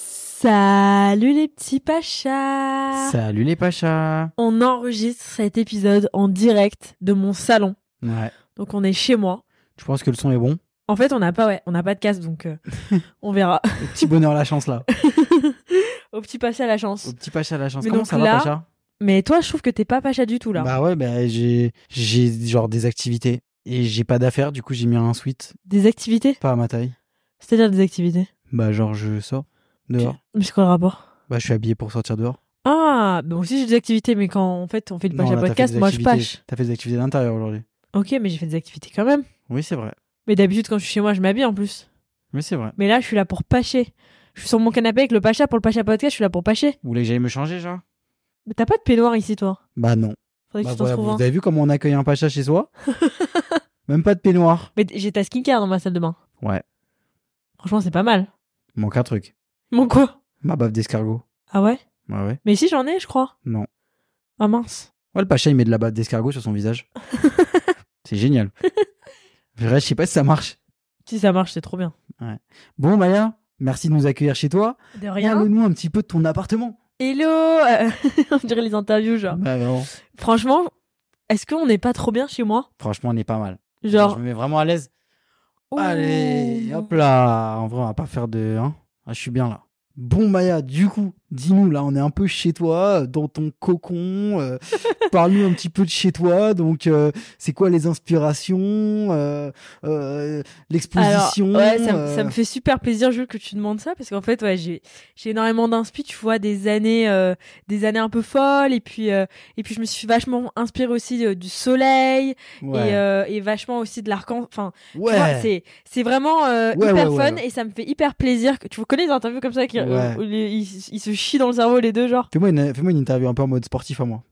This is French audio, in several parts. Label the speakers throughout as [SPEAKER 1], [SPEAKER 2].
[SPEAKER 1] Salut les petits pachas
[SPEAKER 2] Salut les Pachas
[SPEAKER 1] On enregistre cet épisode en direct de mon salon.
[SPEAKER 2] Ouais.
[SPEAKER 1] Donc on est chez moi.
[SPEAKER 2] Tu penses que le son est bon
[SPEAKER 1] En fait, on n'a pas, ouais, on n'a pas de casque, donc euh, on verra.
[SPEAKER 2] Au petit bonheur la chance là.
[SPEAKER 1] Au petit pacha la chance.
[SPEAKER 2] Au petit Pacha la chance.
[SPEAKER 1] Mais
[SPEAKER 2] Comment
[SPEAKER 1] donc
[SPEAKER 2] ça
[SPEAKER 1] là,
[SPEAKER 2] va Pacha
[SPEAKER 1] Mais toi, je trouve que t'es pas pacha du tout là.
[SPEAKER 2] Bah ouais, bah j'ai j'ai genre des activités et j'ai pas d'affaires, du coup j'ai mis un suite,
[SPEAKER 1] Des activités
[SPEAKER 2] pas à ma taille.
[SPEAKER 1] C'est-à-dire des activités.
[SPEAKER 2] Bah genre je sors dehors.
[SPEAKER 1] Mais c'est quoi le rapport
[SPEAKER 2] Bah je suis habillé pour sortir dehors.
[SPEAKER 1] Ah, donc si j'ai des activités, mais quand en fait on fait le pacha
[SPEAKER 2] là, t'as fait
[SPEAKER 1] podcast,
[SPEAKER 2] des
[SPEAKER 1] moi je
[SPEAKER 2] activités-
[SPEAKER 1] pache.
[SPEAKER 2] T'as fait des activités d'intérieur aujourd'hui.
[SPEAKER 1] Ok, mais j'ai fait des activités quand même.
[SPEAKER 2] Oui, c'est vrai.
[SPEAKER 1] Mais d'habitude, quand je suis chez moi, je m'habille en plus.
[SPEAKER 2] Mais c'est vrai.
[SPEAKER 1] Mais là, je suis là pour pacher. Je suis sur mon canapé avec le pacha pour le pacha podcast, je suis là pour pacher.
[SPEAKER 2] Vous voulez que j'aille me changer genre
[SPEAKER 1] Mais t'as pas de peignoir ici, toi
[SPEAKER 2] Bah non.
[SPEAKER 1] Faudrait que
[SPEAKER 2] Bah
[SPEAKER 1] tu t'en
[SPEAKER 2] voilà,
[SPEAKER 1] trouves hein
[SPEAKER 2] vous
[SPEAKER 1] un.
[SPEAKER 2] avez vu comment on accueille un Pacha chez soi Même pas de peignoir.
[SPEAKER 1] Mais j'ai ta skincare dans ma salle de bain.
[SPEAKER 2] Ouais,
[SPEAKER 1] Franchement, c'est pas mal.
[SPEAKER 2] manque un truc.
[SPEAKER 1] Mon quoi
[SPEAKER 2] Ma baffe d'escargot.
[SPEAKER 1] Ah ouais
[SPEAKER 2] Ouais ouais.
[SPEAKER 1] Mais si, j'en ai, je crois.
[SPEAKER 2] Non.
[SPEAKER 1] Ah mince.
[SPEAKER 2] Ouais, le pacha, il met de la bave d'escargot sur son visage. c'est génial. Vrai, je sais pas si ça marche.
[SPEAKER 1] Si ça marche, c'est trop bien.
[SPEAKER 2] Bon, Maya, merci de nous accueillir chez toi.
[SPEAKER 1] De
[SPEAKER 2] Parle-nous un petit peu de ton appartement.
[SPEAKER 1] Hello euh, On dirait les interviews, genre.
[SPEAKER 2] Bah, vraiment.
[SPEAKER 1] Franchement, est-ce qu'on n'est pas trop bien chez moi
[SPEAKER 2] Franchement, on est pas mal.
[SPEAKER 1] Genre.
[SPEAKER 2] Je me mets vraiment à l'aise.
[SPEAKER 1] ouh.
[SPEAKER 2] Allez, hop là. En vrai, on va pas faire de. hein. Ah, je suis bien là. Bon, Maya, du coup, dis-nous, là, on est un peu chez toi, euh, dans ton cocon. euh, Parle-nous un petit peu de chez toi. Donc, euh, c'est quoi les inspirations euh, euh,
[SPEAKER 1] Alors,
[SPEAKER 2] L'exposition
[SPEAKER 1] ouais, ça, me- ça
[SPEAKER 2] euh,
[SPEAKER 1] me fait super plaisir, Jules, que tu demandes ça, parce qu'en fait, ouais, j'ai j'ai énormément d'inspi, tu vois, des années, euh, des années un peu folles, et puis, euh, et puis je me suis vachement inspirée aussi euh, du soleil,
[SPEAKER 2] ouais.
[SPEAKER 1] et, euh, et vachement aussi de l'arc-en, enfin, Tu vois,
[SPEAKER 2] Ouais.
[SPEAKER 1] c'est c'est vraiment euh,
[SPEAKER 2] Ouais,
[SPEAKER 1] hyper
[SPEAKER 2] ouais, ouais,
[SPEAKER 1] fun
[SPEAKER 2] ouais.
[SPEAKER 1] et ça me fait hyper plaisir. que- Tu connais les interviews comme ça qui, euh,
[SPEAKER 2] Ouais.
[SPEAKER 1] où les- ils, ils se chient dans le cerveau les deux genre.
[SPEAKER 2] Fais-moi une, fais-moi une interview un peu en mode sportif à moi.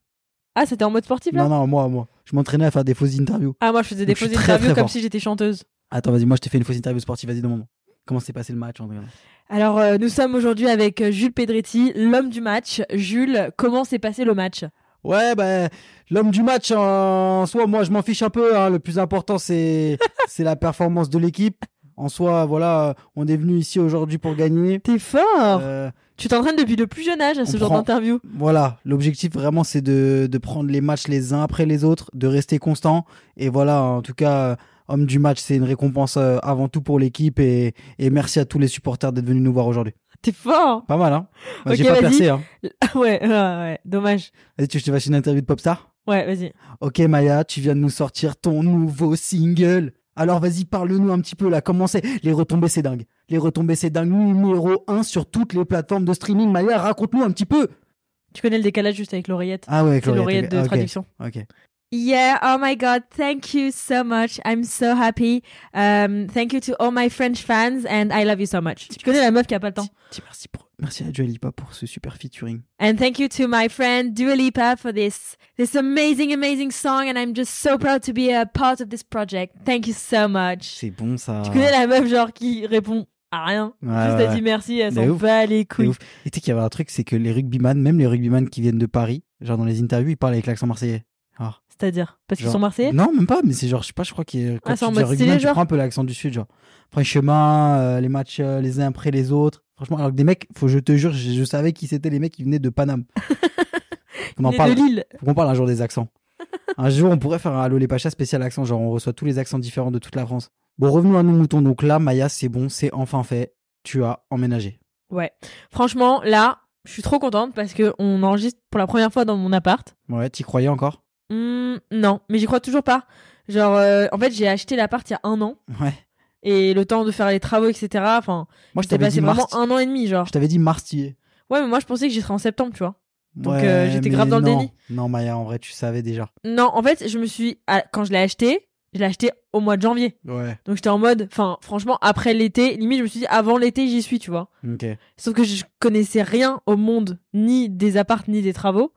[SPEAKER 1] Ah c'était en mode sportif là.
[SPEAKER 2] Non, non, moi, moi. Je m'entraînais à faire des fausses interviews.
[SPEAKER 1] Ah moi je faisais des
[SPEAKER 2] Donc, je
[SPEAKER 1] fausses
[SPEAKER 2] suis très,
[SPEAKER 1] interviews
[SPEAKER 2] très
[SPEAKER 1] comme
[SPEAKER 2] fort.
[SPEAKER 1] si j'étais chanteuse.
[SPEAKER 2] Attends, vas-y, moi je t'ai fait une fausse interview sportive, vas-y, demande. Comment s'est passé le match en regardant
[SPEAKER 1] Alors euh, nous sommes aujourd'hui avec euh, Jules Pedretti, l'homme du match. Jules, comment s'est passé le match
[SPEAKER 2] Ouais, bah, l'homme du match en soi, moi je m'en fiche un peu. hein. Le plus important, c'est, c'est la performance de l'équipe. En soi, voilà, euh, on est venu ici aujourd'hui pour gagner.
[SPEAKER 1] T'es fort.
[SPEAKER 2] Euh,
[SPEAKER 1] Tu t'entraînes depuis le plus jeune âge à ce
[SPEAKER 2] on
[SPEAKER 1] genre
[SPEAKER 2] prend-
[SPEAKER 1] d'interview.
[SPEAKER 2] voilà, l'objectif vraiment, c'est de, de prendre les matchs les uns après les autres, de rester constant. Et voilà, en tout cas, euh, homme du match, c'est une récompense euh, avant tout pour l'équipe. Et, et merci à tous les supporters d'être venus nous voir aujourd'hui.
[SPEAKER 1] T'es fort.
[SPEAKER 2] Pas mal, hein Bah, J'ai
[SPEAKER 1] Ok,
[SPEAKER 2] pas
[SPEAKER 1] vas-y.
[SPEAKER 2] percé, hein
[SPEAKER 1] ouais, ouais, ouais, dommage.
[SPEAKER 2] Vas-y, tu veux que je te fasse une interview de Popstar
[SPEAKER 1] Ouais, vas-y.
[SPEAKER 2] Ok, Maya, tu viens de nous sortir ton nouveau single. Alors vas-y, parle-nous un petit peu là, comment c'est Les retombées, c'est dingue. Les retombées, c'est dingue. Numéro 1 sur toutes les plateformes de streaming. Maya, raconte-nous un petit peu
[SPEAKER 1] Tu connais le décalage juste avec l'oreillette.
[SPEAKER 2] Ah ouais,
[SPEAKER 1] C'est
[SPEAKER 2] Chloé,
[SPEAKER 1] l'oreillette
[SPEAKER 2] t'es-
[SPEAKER 1] de
[SPEAKER 2] ok,
[SPEAKER 1] traduction.
[SPEAKER 2] Ok.
[SPEAKER 1] Yeah, oh my god, thank you so much. I'm so happy. Um, thank you to all my French fans and I love you so much. Tu connais la meuf qui a pas le temps.
[SPEAKER 2] Dis merci, pour- merci à Dua Lipa pour ce super featuring.
[SPEAKER 1] And thank you to my friend Dua Lipa for this this amazing amazing song and I'm just so proud to be a part of this project. Thank you so much.
[SPEAKER 2] C'est bon ça.
[SPEAKER 1] Tu connais la meuf genre qui répond à rien.
[SPEAKER 2] Ouais,
[SPEAKER 1] Juste
[SPEAKER 2] ouais,
[SPEAKER 1] elle dit merci, elle
[SPEAKER 2] De
[SPEAKER 1] s'en
[SPEAKER 2] ouf.
[SPEAKER 1] bat les
[SPEAKER 2] C'est
[SPEAKER 1] couilles.
[SPEAKER 2] ouf. Et tu sais qu'il y avait un truc, c'est que les rugbyman, même les rugbyman qui viennent de Paris, genre dans les interviews, ils parlent avec l'accent marseillais. Alors,
[SPEAKER 1] C'est-à-dire parce qu'ils
[SPEAKER 2] Genre-
[SPEAKER 1] sont marseillais
[SPEAKER 2] Non, même pas, mais c'est genre, je sais pas, je crois que quand
[SPEAKER 1] Ah, c'est en
[SPEAKER 2] tu dis
[SPEAKER 1] mode
[SPEAKER 2] rugbyman,
[SPEAKER 1] stylé,
[SPEAKER 2] tu
[SPEAKER 1] genre
[SPEAKER 2] prends un peu l'accent du sud, genre. Après, chemin, euh, les matchs euh, les uns après les autres. Franchement, alors que des mecs, faut, je te jure, je, je savais qui c'était les mecs qui venaient de Paname. on en
[SPEAKER 1] Les
[SPEAKER 2] parle,
[SPEAKER 1] de Lille.
[SPEAKER 2] faut qu'on parle un jour des accents. un jour, on pourrait faire un Allo les Pachas spécial accent, genre on reçoit tous les accents différents de toute la France. Bon, revenons à nos moutons. Donc là, Maya, c'est bon, c'est enfin fait. Tu as emménagé.
[SPEAKER 1] Ouais. Franchement, là, je suis trop contente parce que on enregistre pour la première fois dans mon appart.
[SPEAKER 2] Ouais, t'y croyais encore
[SPEAKER 1] Hmm, non, mais j'y crois toujours pas. Genre, euh, en fait, j'ai acheté l'appart il y a un an
[SPEAKER 2] Ouais.
[SPEAKER 1] et le temps de faire les travaux, etc. Enfin,
[SPEAKER 2] Moi, je
[SPEAKER 1] c'est
[SPEAKER 2] t'avais dit
[SPEAKER 1] passé
[SPEAKER 2] mars.
[SPEAKER 1] vraiment un an et demi, genre.
[SPEAKER 2] Je t'avais dit mars, t'y es.
[SPEAKER 1] Ouais, mais moi, je pensais que j'y serais en septembre, tu vois. Donc, euh, j'étais grave
[SPEAKER 2] mais
[SPEAKER 1] dans le
[SPEAKER 2] non.
[SPEAKER 1] déni.
[SPEAKER 2] Non, Maya, en vrai, tu savais déjà.
[SPEAKER 1] Non, en fait, je me suis à- quand je l'ai acheté, je l'ai acheté au mois de janvier.
[SPEAKER 2] Ouais.
[SPEAKER 1] Donc j'étais en mode, enfin, franchement, après l'été, limite, je me suis dit avant l'été, j'y suis, tu vois.
[SPEAKER 2] Ok.
[SPEAKER 1] Sauf que je connaissais rien au monde, ni des apparts, ni des travaux,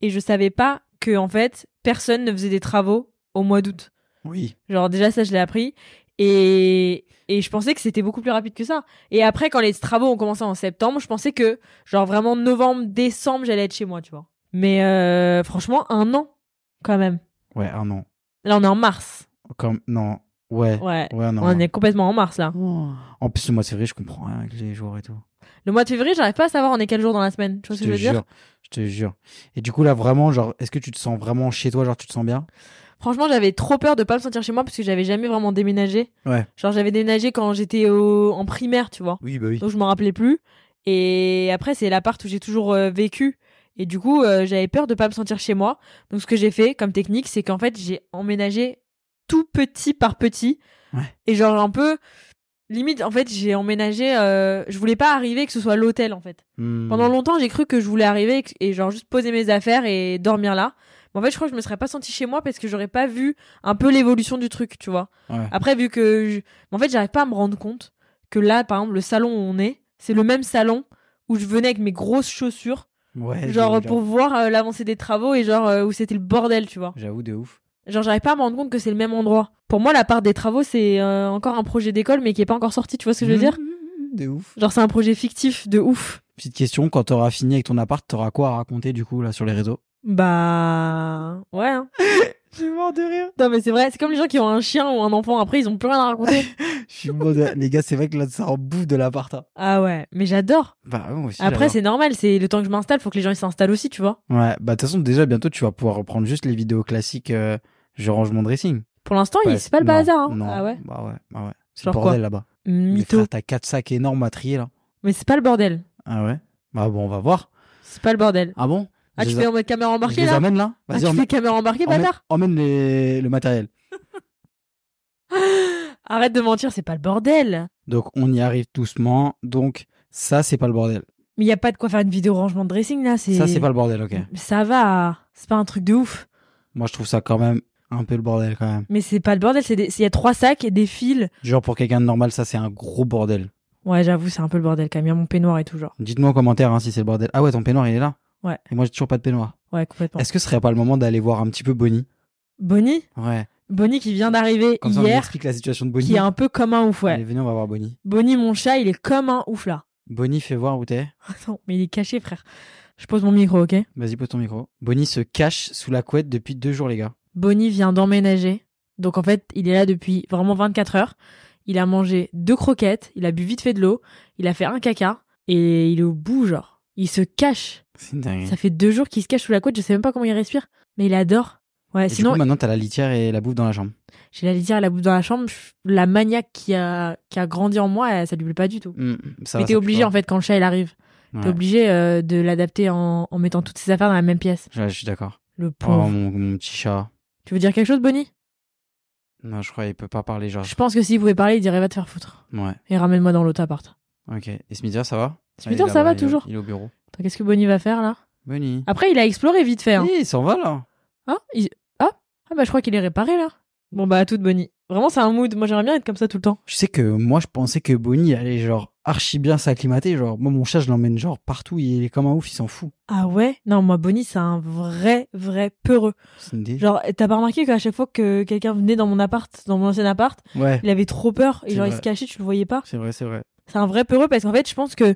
[SPEAKER 1] et je savais pas que en fait, personne ne faisait des travaux au mois d'août.
[SPEAKER 2] Oui.
[SPEAKER 1] Genre déjà ça, je l'ai appris. Et, et je pensais que c'était beaucoup plus rapide que ça. Et après, quand les travaux ont commencé en septembre, je pensais que, genre vraiment novembre, décembre, j'allais être chez moi, tu vois. Mais euh, franchement, un an, quand même.
[SPEAKER 2] Ouais, ah non.
[SPEAKER 1] Là, on est en mars.
[SPEAKER 2] Comme... Non. Ouais.
[SPEAKER 1] Ouais.
[SPEAKER 2] Ouais, non.
[SPEAKER 1] On est complètement en mars, là.
[SPEAKER 2] Oh. En plus, le mois de février, je comprends rien avec les jours et tout.
[SPEAKER 1] Le mois de février, j'arrive pas à savoir on est quel jour dans la semaine. Tu vois ce
[SPEAKER 2] je
[SPEAKER 1] que
[SPEAKER 2] te
[SPEAKER 1] je veux
[SPEAKER 2] jure.
[SPEAKER 1] dire
[SPEAKER 2] Je te jure. Et du coup, là, vraiment, genre, est-ce que tu te sens vraiment chez toi Genre, tu te sens bien
[SPEAKER 1] Franchement, j'avais trop peur de pas me sentir chez moi parce que j'avais jamais vraiment déménagé.
[SPEAKER 2] Ouais.
[SPEAKER 1] Genre, j'avais déménagé quand j'étais au... en primaire, tu vois.
[SPEAKER 2] Oui, bah oui.
[SPEAKER 1] Donc je m'en rappelais plus. Et après, c'est l'appart où j'ai toujours euh, vécu. Et du coup, euh, j'avais peur de pas me sentir chez moi. Donc ce que j'ai fait comme technique, c'est qu'en fait, j'ai emménagé tout petit par petit.
[SPEAKER 2] Ouais.
[SPEAKER 1] Et genre un peu limite en fait, j'ai emménagé euh, je voulais pas arriver que ce soit l'hôtel en fait.
[SPEAKER 2] Mmh. Hmm.
[SPEAKER 1] Pendant longtemps, j'ai cru que je voulais arriver et que- et genre juste poser mes affaires et dormir là. Mais en fait, je crois que je me serais pas sentie chez moi parce que j'aurais pas vu un peu l'évolution du truc, tu vois.
[SPEAKER 2] Ouais.
[SPEAKER 1] Après, vu que. je- mais En fait, j'arrive pas à me rendre compte que là, par exemple, le salon où on est, c'est le même salon où je venais avec mes grosses chaussures,
[SPEAKER 2] Ouais,
[SPEAKER 1] genre
[SPEAKER 2] j'avoue,
[SPEAKER 1] pour voir euh, l'avancée des travaux et genre euh, où c'était le bordel, tu vois.
[SPEAKER 2] J'avoue, de ouf.
[SPEAKER 1] Genre, j'arrive pas à me rendre compte que c'est le même endroit. Pour moi, la part des travaux, c'est euh, encore un projet d'école, mais qui est pas encore sorti, tu vois ce que je veux
[SPEAKER 2] Mhm.
[SPEAKER 1] dire
[SPEAKER 2] Hmm, De ouf.
[SPEAKER 1] Genre, c'est un projet fictif de ouf.
[SPEAKER 2] Petite question, quand t'auras fini avec ton appart, t'auras quoi à raconter du coup là sur les réseaux
[SPEAKER 1] Bah. Ouais. hein.
[SPEAKER 2] Je suis mort de rire.
[SPEAKER 1] Non, mais c'est vrai, c'est comme les gens qui ont un chien ou un enfant, après, ils ont plus rien à raconter.
[SPEAKER 2] Je suis mort
[SPEAKER 1] euh,
[SPEAKER 2] de Les gars, c'est vrai que là, ça en bout de l'appart. hein.
[SPEAKER 1] ah ouais, mais j'adore.
[SPEAKER 2] Bah, ouais, moi aussi.
[SPEAKER 1] Après,
[SPEAKER 2] j'adore.
[SPEAKER 1] c'est normal, c'est le temps que je m'installe, faut que les gens ils s'installent aussi, tu vois.
[SPEAKER 2] Ouais, bah, de toute façon, déjà, bientôt, tu vas pouvoir reprendre juste les vidéos classiques. euh, Je range mon dressing.
[SPEAKER 1] Pour l'instant, il-
[SPEAKER 2] Ouais,
[SPEAKER 1] Ah c'est pas le
[SPEAKER 2] non,
[SPEAKER 1] bazar. Hein.
[SPEAKER 2] non,
[SPEAKER 1] Ah ouais.
[SPEAKER 2] Bah ouais, bah ouais. C'est le
[SPEAKER 1] Genre
[SPEAKER 2] bordel
[SPEAKER 1] quoi
[SPEAKER 2] là-bas. Mais
[SPEAKER 1] Mytho.
[SPEAKER 2] frère, t'as quatre sacs énormes à trier là.
[SPEAKER 1] Mais c'est pas le bordel.
[SPEAKER 2] Ah ouais Bah bon, on va voir.
[SPEAKER 1] C'est pas le bordel.
[SPEAKER 2] Ah bon
[SPEAKER 1] Ah,
[SPEAKER 2] Je
[SPEAKER 1] tu
[SPEAKER 2] les
[SPEAKER 1] fais
[SPEAKER 2] a-
[SPEAKER 1] en mode caméra
[SPEAKER 2] Je
[SPEAKER 1] embarquée
[SPEAKER 2] les
[SPEAKER 1] là
[SPEAKER 2] amène là
[SPEAKER 1] Ah,
[SPEAKER 2] Vas-y,
[SPEAKER 1] tu
[SPEAKER 2] emmène,
[SPEAKER 1] fais caméra embarquée,
[SPEAKER 2] emmène-
[SPEAKER 1] bâtard
[SPEAKER 2] emmène les- le matériel.
[SPEAKER 1] Arrête de mentir, c'est pas le bordel.
[SPEAKER 2] Donc, on y arrive doucement. Donc, ça, c'est pas le bordel.
[SPEAKER 1] Mais y a pas de quoi faire une vidéo rangement de dressing là. C'est... Mm.
[SPEAKER 2] Ça, c'est pas le hein. bordel, ok.
[SPEAKER 1] Mais Ça va. C'est pas un truc de ouf.
[SPEAKER 2] Moi, je trouve ça quand même un peu le bordel quand même.
[SPEAKER 1] Mais c'est pas le bordel. C'est des... c'est- y a trois sacs et des fils.
[SPEAKER 2] Genre, pour quelqu'un de normal, ça, c'est un gros bordel.
[SPEAKER 1] Ouais, j'avoue, c'est un peu le bordel quand même. Y a mon peignoir et tout genre.
[SPEAKER 2] Dites-moi en commentaire hein, si c'est le bordel. Ah ouais, ton peignoir, il est là
[SPEAKER 1] Ouais.
[SPEAKER 2] Et moi, j'ai toujours pas de peignoir.
[SPEAKER 1] Ouais, complètement.
[SPEAKER 2] Est-ce que ce serait pas le moment d'aller voir un petit peu Bonnie
[SPEAKER 1] Bonnie,
[SPEAKER 2] Ouais.
[SPEAKER 1] Bonnie qui vient d'arriver
[SPEAKER 2] Comme ça, on lui
[SPEAKER 1] hier,
[SPEAKER 2] explique la situation de Bonnie.
[SPEAKER 1] qui est un peu comme un ouf. Ouais.
[SPEAKER 2] Allez, venez, on va voir Bonnie.
[SPEAKER 1] Bonnie, mon chat, il est comme un ouf là.
[SPEAKER 2] Bonnie, fais voir où t'es.
[SPEAKER 1] Attends, mais il est caché, frère. Je pose mon micro, ok
[SPEAKER 2] Vas-y, pose ton micro. Bonnie se cache sous la couette depuis deux jours, les gars.
[SPEAKER 1] Bonnie vient d'emménager. Donc en fait, il est là depuis vraiment 24 heures. Il a mangé deux croquettes, il a bu vite fait de l'eau, il a fait un caca et il est au bout, genre. Il se cache.
[SPEAKER 2] C'est une dinguerie.
[SPEAKER 1] Ça fait deux jours qu'il se cache sous la couette, je sais même pas comment il respire, mais il adore. Ouais,
[SPEAKER 2] Et
[SPEAKER 1] sinon,
[SPEAKER 2] du coup, maintenant, t'as la litière et la bouffe dans la chambre.
[SPEAKER 1] j'ai la litière à la bouffe dans la chambre, je- la maniaque qui a, qui a grandi en moi, elle- ça lui plaît pas du tout.
[SPEAKER 2] Mm, ça
[SPEAKER 1] mais
[SPEAKER 2] va,
[SPEAKER 1] t'es
[SPEAKER 2] ça
[SPEAKER 1] obligé
[SPEAKER 2] pue
[SPEAKER 1] en fait quand le chat il arrive.
[SPEAKER 2] pas.
[SPEAKER 1] T'es
[SPEAKER 2] Ouais.
[SPEAKER 1] obligé euh, de l'adapter en, en mettant toutes ses affaires dans la même pièce.
[SPEAKER 2] Ouais, je suis d'accord.
[SPEAKER 1] Le pauvre.
[SPEAKER 2] Oh, mon, mon petit chat.
[SPEAKER 1] Tu veux dire quelque chose, Bonnie
[SPEAKER 2] Non, je crois qu'il peut pas parler, genre.
[SPEAKER 1] Je pense que s'il pouvait parler, il dirait va te faire foutre.
[SPEAKER 2] Ouais,
[SPEAKER 1] Et ramène-moi dans l'autre appart.
[SPEAKER 2] ok. Et Smithia, ça va
[SPEAKER 1] Smithia,
[SPEAKER 2] Ah, il est
[SPEAKER 1] ça va
[SPEAKER 2] là-bas, il est au-
[SPEAKER 1] toujours.
[SPEAKER 2] Il est au bureau.
[SPEAKER 1] Attends, qu'est-ce que Bonnie va faire là
[SPEAKER 2] Bonnie.
[SPEAKER 1] Après, il a exploré vite fait. Hein.
[SPEAKER 2] Eh, il s'en va là.
[SPEAKER 1] Hein Il- ah, ah bah je crois qu'il est réparé là. Bon bah à toute Bonnie. Vraiment, c'est un mood. Moi, j'aimerais bien être comme ça tout le temps.
[SPEAKER 2] Je sais que moi, je pensais que Bonnie allait genre archi bien s'acclimater. Genre, moi, mon chat, je l'emmène genre partout. Il est comme un ouf, il s'en fout.
[SPEAKER 1] Ah ouais Non, moi, Bonnie, c'est un vrai, vrai peureux.
[SPEAKER 2] C'est une idée.
[SPEAKER 1] Genre, t'as pas remarqué qu'à chaque fois que quelqu'un venait dans mon appart, dans mon ancien appart,
[SPEAKER 2] Ouais,
[SPEAKER 1] il avait trop peur et
[SPEAKER 2] C'est
[SPEAKER 1] genre il
[SPEAKER 2] vrai.
[SPEAKER 1] se cachait, tu le voyais pas
[SPEAKER 2] c'est vrai, c'est vrai.
[SPEAKER 1] C'est un vrai peureux parce qu'en fait, je pense que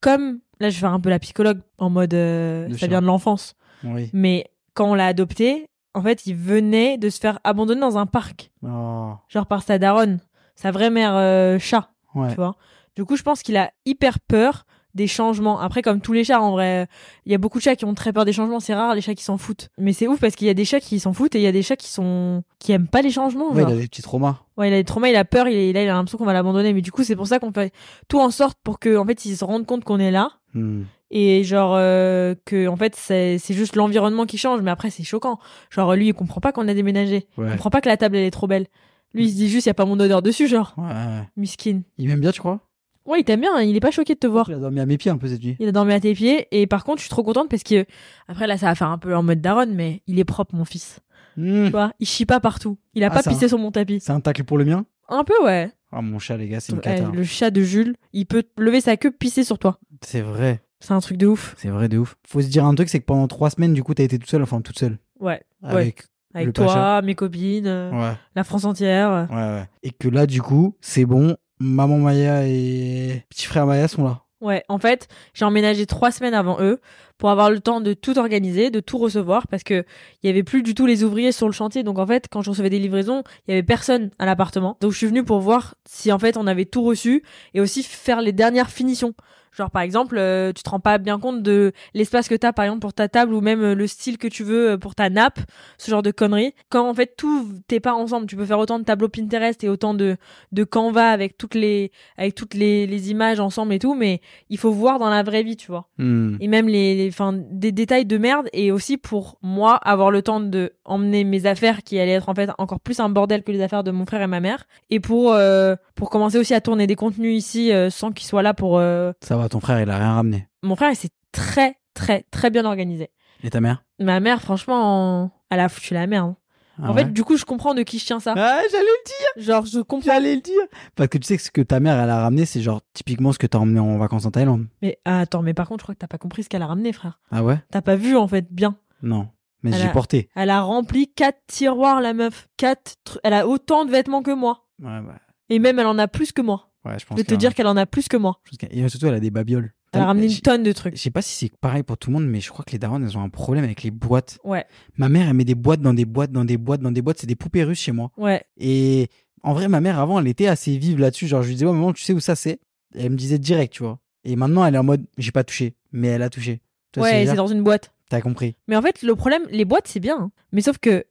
[SPEAKER 1] comme. Là, je vais faire un peu la psychologue en mode. euh,
[SPEAKER 2] Le
[SPEAKER 1] ça
[SPEAKER 2] chat.
[SPEAKER 1] vient de l'enfance.
[SPEAKER 2] Oui.
[SPEAKER 1] Mais quand on l'a adopté, en fait, il venait de se faire abandonner dans un parc.
[SPEAKER 2] Oh,
[SPEAKER 1] genre par sa daronne, sa vraie mère euh, chat,
[SPEAKER 2] ouais.
[SPEAKER 1] tu vois. Du coup, je pense qu'il a hyper peur des changements. Après, comme tous les chats, en vrai, il y a beaucoup de chats qui ont très peur des changements. C'est rare les chats qui s'en foutent. Mais c'est ouf parce qu'il y a des chats qui s'en foutent et il y a des chats qui sont qui aiment pas les changements.
[SPEAKER 2] Ouais,
[SPEAKER 1] genre.
[SPEAKER 2] il a des petits traumas.
[SPEAKER 1] Ouais, il a des traumas, il a peur, il, est- là, il a l'impression qu'on va l'abandonner. Mais du coup, c'est pour ça qu'on fait tout en sorte pour que, en fait, ils se rendent compte qu'on est là.
[SPEAKER 2] Hmm.
[SPEAKER 1] Et genre euh, que en fait c'est c'est juste l'environnement qui change, mais après c'est choquant. Genre lui il comprend pas qu'on a déménagé,
[SPEAKER 2] Ouais.
[SPEAKER 1] il comprend pas que la table elle est trop belle. Lui il se dit juste y a pas mon odeur dessus, genre.
[SPEAKER 2] Ouais, ouais.
[SPEAKER 1] Miskine.
[SPEAKER 2] Il m'aime bien, tu crois
[SPEAKER 1] Ouais, il t'aime bien, hein, il est pas choqué de te voir.
[SPEAKER 2] Il a dormi à mes pieds un peu cette nuit.
[SPEAKER 1] Il a dormi à tes pieds et par contre, je suis trop contente parce que après là, ça va faire un peu en mode daronne, mais il est propre mon fils.
[SPEAKER 2] Mmh.
[SPEAKER 1] Tu vois, il chie pas partout. Il a
[SPEAKER 2] Ah,
[SPEAKER 1] pas
[SPEAKER 2] ça.
[SPEAKER 1] pissé sur mon tapis.
[SPEAKER 2] C'est un tacle pour le mien
[SPEAKER 1] Un peu ouais.
[SPEAKER 2] Ah mon chat les gars, c'est une
[SPEAKER 1] Eh,
[SPEAKER 2] cata. hein.
[SPEAKER 1] le chat de Jules, il peut lever sa queue pisser sur toi.
[SPEAKER 2] C'est vrai,
[SPEAKER 1] C'est un truc de ouf.
[SPEAKER 2] c'est vrai de ouf. Faut se dire un truc, c'est que pendant trois semaines, du coup, t'as été toute seule, enfin toute seule.
[SPEAKER 1] Ouais. ouais.
[SPEAKER 2] Avec.
[SPEAKER 1] Avec
[SPEAKER 2] le
[SPEAKER 1] toi,
[SPEAKER 2] Pacha.
[SPEAKER 1] mes copines, euh,
[SPEAKER 2] Ouais.
[SPEAKER 1] la France entière.
[SPEAKER 2] Ouais, ouais. Et que là, du coup, c'est bon. Maman Maya et petit frère Maya sont là.
[SPEAKER 1] Ouais, en fait, j'ai emménagé trois semaines avant eux pour avoir le temps de tout organiser, de tout recevoir, parce que il y avait plus du tout les ouvriers sur le chantier. Donc en fait, quand je recevais des livraisons, il y avait personne à l'appartement. Donc je suis venue pour voir si en fait on avait tout reçu et aussi faire les dernières finitions. Genre par exemple, euh, tu te rends pas bien compte de l'espace que t'as par exemple pour ta table ou même euh, le style que tu veux euh, pour ta nappe, ce genre de conneries. Quand en fait tout t'es pas ensemble, tu peux faire autant de tableaux Pinterest et autant de de Canva avec toutes les avec toutes les, les images ensemble et tout, mais il faut voir dans la vraie vie, tu vois.
[SPEAKER 2] Hmm.
[SPEAKER 1] Et même les, les enfin, des détails de merde et aussi pour moi avoir le temps de emmener mes affaires qui allaient être en fait encore plus un bordel que les affaires de mon frère et ma mère et pour euh, pour commencer aussi à tourner des contenus ici euh, sans qu'ils soient là pour euh,
[SPEAKER 2] Ça va, ton frère, il a rien ramené.
[SPEAKER 1] mon frère il s'est très très très bien organisé.
[SPEAKER 2] Et ta mère
[SPEAKER 1] Ma mère franchement elle a foutu la merde. hein. en fait du coup je comprends de qui je tiens ça.
[SPEAKER 2] Ah, j'allais le dire,
[SPEAKER 1] Genre je comprends
[SPEAKER 2] j'allais le dire. Parce que tu sais que ce que ta mère, elle a ramené, c'est genre typiquement ce que t'as emmené en vacances en Thaïlande.
[SPEAKER 1] mais ah, attends mais par contre je crois que t'as pas compris ce qu'elle a ramené frère.
[SPEAKER 2] Ah ouais
[SPEAKER 1] T'as pas vu en fait bien.
[SPEAKER 2] Non. Mais
[SPEAKER 1] Elle
[SPEAKER 2] j'ai
[SPEAKER 1] a-
[SPEAKER 2] porté.
[SPEAKER 1] Elle a rempli quatre tiroirs, la meuf. Quatre. tru- Elle a autant de vêtements que moi.
[SPEAKER 2] Ouais, ouais.
[SPEAKER 1] Et même, elle en a plus que moi.
[SPEAKER 2] Ouais, je pense.
[SPEAKER 1] De te
[SPEAKER 2] qu'elle
[SPEAKER 1] dire qu'elle en a plus que moi.
[SPEAKER 2] Je pense qu'elle- Et surtout, elle a des babioles.
[SPEAKER 1] Elle a ramené
[SPEAKER 2] Je-
[SPEAKER 1] une tonne de
[SPEAKER 2] Je
[SPEAKER 1] trucs.
[SPEAKER 2] sais pas si c'est pareil pour tout le monde, mais je crois que les darons, elles ont un problème avec les boîtes.
[SPEAKER 1] Ouais,
[SPEAKER 2] Ma mère, elle met des boîtes dans des boîtes, dans des boîtes, dans des boîtes. C'est des poupées russes chez moi.
[SPEAKER 1] ouais.
[SPEAKER 2] Et en vrai, ma mère, avant, elle était assez vive là-dessus. Genre, je lui disais, ouais, maman, tu sais où ça c'est Elle me disait direct, tu vois. Et maintenant, elle est en mode, j'ai pas touché, mais elle a touché. Tu vois ce que
[SPEAKER 1] ouais,
[SPEAKER 2] je veux
[SPEAKER 1] c'est
[SPEAKER 2] dire
[SPEAKER 1] dans une boîte.
[SPEAKER 2] T'as compris.
[SPEAKER 1] Mais en fait, le problème, les boîtes, c'est bien. hein. Mais sauf que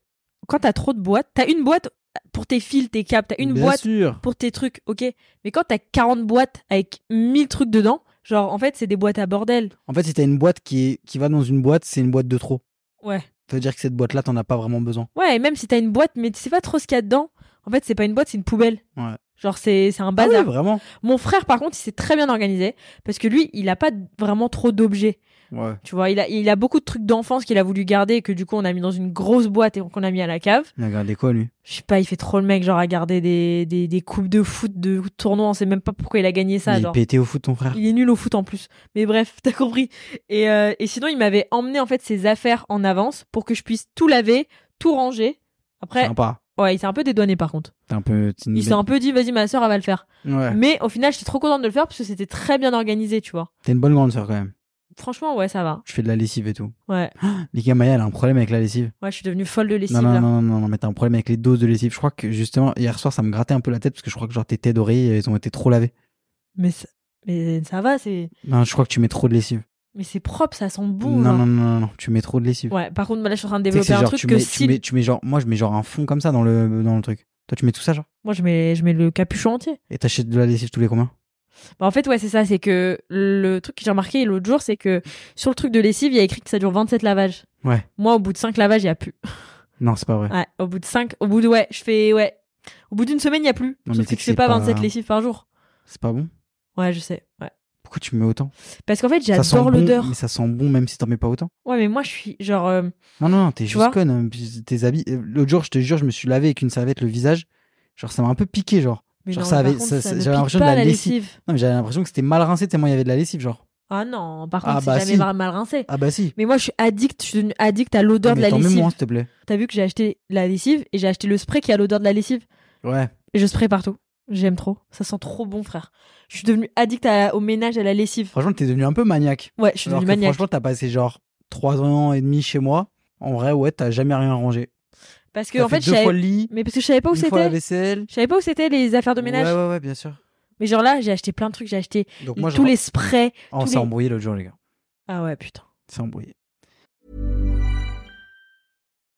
[SPEAKER 1] quand t'as trop de boîtes, t'as une boîte pour tes fils, tes câbles, t'as une
[SPEAKER 2] Bien
[SPEAKER 1] boîte
[SPEAKER 2] sûr.
[SPEAKER 1] pour tes trucs, ok. Mais quand t'as 40 boîtes avec 1000 trucs dedans, genre, en fait, c'est des boîtes à bordel.
[SPEAKER 2] En fait, si t'as une boîte qui, est- qui va dans une boîte, c'est une boîte de trop.
[SPEAKER 1] Ouais.
[SPEAKER 2] Ça veut dire que cette boîte-là, t'en as pas vraiment besoin.
[SPEAKER 1] Ouais, et même si t'as une boîte, mais tu sais pas trop ce qu'il y a dedans, en fait, c'est pas une boîte, c'est une poubelle.
[SPEAKER 2] Ouais.
[SPEAKER 1] Genre, c'est c'est un
[SPEAKER 2] Ah
[SPEAKER 1] bazar.
[SPEAKER 2] ouais, vraiment
[SPEAKER 1] Mon frère, par contre, il s'est très bien organisé parce que lui, il a pas d- vraiment trop d'objets.
[SPEAKER 2] Ouais.
[SPEAKER 1] Tu vois, il a, il a beaucoup de trucs d'enfance qu'il a voulu garder et que du coup, on a mis dans une grosse boîte et qu'on a mis à la cave.
[SPEAKER 2] Il a gardé quoi, lui
[SPEAKER 1] Je sais pas, il fait trop le mec, genre, à garder des, des, des coupes de foot, de tournois. On sait même pas pourquoi il a gagné ça.
[SPEAKER 2] Il est
[SPEAKER 1] genre.
[SPEAKER 2] pété au foot, ton frère.
[SPEAKER 1] Il est nul au foot en plus. Mais bref, t'as compris. Et, euh, et sinon, il m'avait emmené en fait ses affaires en avance pour que je puisse tout laver, tout ranger. Après,
[SPEAKER 2] Sympa.
[SPEAKER 1] ouais, il s'est un peu dédouané par contre.
[SPEAKER 2] T'es un peu. t'es une
[SPEAKER 1] Il s'est
[SPEAKER 2] bête.
[SPEAKER 1] un peu dit, vas-y, ma soeur, elle va le faire.
[SPEAKER 2] Ouais.
[SPEAKER 1] Mais au final, j'étais trop contente de le faire parce que c'était très bien organisé, tu vois.
[SPEAKER 2] T'es une bonne grande sœur, quand même.
[SPEAKER 1] Franchement, ouais, ça va.
[SPEAKER 2] Je fais de la lessive et tout.
[SPEAKER 1] Ouais,
[SPEAKER 2] Les gars, Maya, elle a un problème avec la lessive.
[SPEAKER 1] ouais, je suis devenue folle de lessive.
[SPEAKER 2] Non, non,
[SPEAKER 1] là.
[SPEAKER 2] non, non, non, mais t'as un problème avec les doses de lessive. Je crois que justement, hier soir, ça me grattait un peu la tête parce que je crois que genre tes têtes d'oreiller, elles ont été trop lavées.
[SPEAKER 1] Mais, ça- mais ça va, c'est.
[SPEAKER 2] Non, je crois que tu mets trop de lessive.
[SPEAKER 1] Mais c'est propre, ça sent bon.
[SPEAKER 2] non,
[SPEAKER 1] genre.
[SPEAKER 2] non, non, non, non, tu mets trop de lessive.
[SPEAKER 1] Ouais, par contre, là, je suis en train de
[SPEAKER 2] Tu sais
[SPEAKER 1] développer
[SPEAKER 2] que c'est
[SPEAKER 1] un
[SPEAKER 2] genre,
[SPEAKER 1] truc
[SPEAKER 2] tu
[SPEAKER 1] que
[SPEAKER 2] mets,
[SPEAKER 1] si.
[SPEAKER 2] tu, mets, tu mets genre, moi je mets genre un fond comme ça dans le, dans le truc. Toi, tu mets tout ça, genre
[SPEAKER 1] Moi, je mets, je mets le capuchon entier.
[SPEAKER 2] Et t'achètes de la lessive tous les combien
[SPEAKER 1] Bah, en fait, ouais, c'est ça. C'est que le truc que j'ai remarqué l'autre jour, c'est que sur le truc de lessive, il y a écrit que ça dure 27 lavages.
[SPEAKER 2] Ouais.
[SPEAKER 1] Moi, au bout de 5 lavages, il n'y a plus.
[SPEAKER 2] Non, c'est pas vrai.
[SPEAKER 1] Ouais, au bout de 5. Au bout de. Ouais, je fais. Ouais. Au bout d'une semaine, il n'y a plus.
[SPEAKER 2] Non, mais
[SPEAKER 1] Sauf
[SPEAKER 2] c'est
[SPEAKER 1] que
[SPEAKER 2] que
[SPEAKER 1] je fais
[SPEAKER 2] c'est
[SPEAKER 1] pas
[SPEAKER 2] pas-
[SPEAKER 1] 27 lessives par jour.
[SPEAKER 2] C'est pas bon
[SPEAKER 1] Ouais, je sais. Ouais.
[SPEAKER 2] Pourquoi tu mets autant
[SPEAKER 1] Parce qu'en fait,
[SPEAKER 2] Ça sent
[SPEAKER 1] j'adore l'odeur.
[SPEAKER 2] Bon, mais ça sent bon même si t'en mets pas autant.
[SPEAKER 1] Ouais, mais moi, je suis genre. euh,
[SPEAKER 2] Non, non, non, t'es
[SPEAKER 1] Tu
[SPEAKER 2] juste
[SPEAKER 1] vois
[SPEAKER 2] conne. hein, puis Tes habits. euh, L'autre jour, je te jure, je me suis lavé avec une serviette le visage. Genre, ça m'a un peu piqué, genre.
[SPEAKER 1] Mais
[SPEAKER 2] Genre,
[SPEAKER 1] non,
[SPEAKER 2] ça
[SPEAKER 1] mais
[SPEAKER 2] avait-
[SPEAKER 1] par contre,
[SPEAKER 2] ça-
[SPEAKER 1] ça
[SPEAKER 2] ça-
[SPEAKER 1] ne
[SPEAKER 2] j'avais l'impression
[SPEAKER 1] pique
[SPEAKER 2] de
[SPEAKER 1] pas
[SPEAKER 2] la
[SPEAKER 1] la
[SPEAKER 2] lessive.
[SPEAKER 1] lessive.
[SPEAKER 2] Non, mais j'avais l'impression que c'était mal rincé tellement il y avait de la lessive, genre.
[SPEAKER 1] Ah non, par
[SPEAKER 2] Ah
[SPEAKER 1] contre,
[SPEAKER 2] bah
[SPEAKER 1] c'est jamais
[SPEAKER 2] si.
[SPEAKER 1] mar- mal rincé.
[SPEAKER 2] Ah bah si.
[SPEAKER 1] Mais moi, je suis addict, je suis devenue addict à l'odeur
[SPEAKER 2] Ah,
[SPEAKER 1] de
[SPEAKER 2] mais
[SPEAKER 1] la
[SPEAKER 2] t'en mets
[SPEAKER 1] lessive.
[SPEAKER 2] moins, s'il te plaît.
[SPEAKER 1] T'as vu que j'ai acheté la lessive et j'ai acheté le spray qui a l'odeur de la lessive.
[SPEAKER 2] Ouais.
[SPEAKER 1] Et je spray partout. J'aime trop. Ça sent trop bon, frère. Je suis devenue addict à- au ménage, à la lessive.
[SPEAKER 2] Franchement, t'es devenu un peu maniaque.
[SPEAKER 1] Ouais, je suis
[SPEAKER 2] Alors
[SPEAKER 1] devenue
[SPEAKER 2] que
[SPEAKER 1] maniaque.
[SPEAKER 2] franchement, t'as passé genre 3 ans et demi chez moi. En vrai, ouais, t'as jamais rien rangé.
[SPEAKER 1] Parce que,
[SPEAKER 2] T'as
[SPEAKER 1] en fait,
[SPEAKER 2] fait
[SPEAKER 1] je
[SPEAKER 2] deux
[SPEAKER 1] savais-
[SPEAKER 2] fois le lit,
[SPEAKER 1] Mais parce que je savais pas où
[SPEAKER 2] une fois la
[SPEAKER 1] c'était.
[SPEAKER 2] vaisselle.
[SPEAKER 1] Je savais pas où c'était les affaires de ménage.
[SPEAKER 2] Ouais, ouais, ouais, bien sûr.
[SPEAKER 1] Mais genre là, j'ai acheté plein de trucs. J'ai acheté
[SPEAKER 2] Donc moi, je
[SPEAKER 1] tous
[SPEAKER 2] rends-
[SPEAKER 1] les sprays.
[SPEAKER 2] Oh,
[SPEAKER 1] tous
[SPEAKER 2] on s'est
[SPEAKER 1] les-
[SPEAKER 2] embrouillé l'autre jour, les gars.
[SPEAKER 1] Ah ouais, putain.
[SPEAKER 2] C'est embrouillé.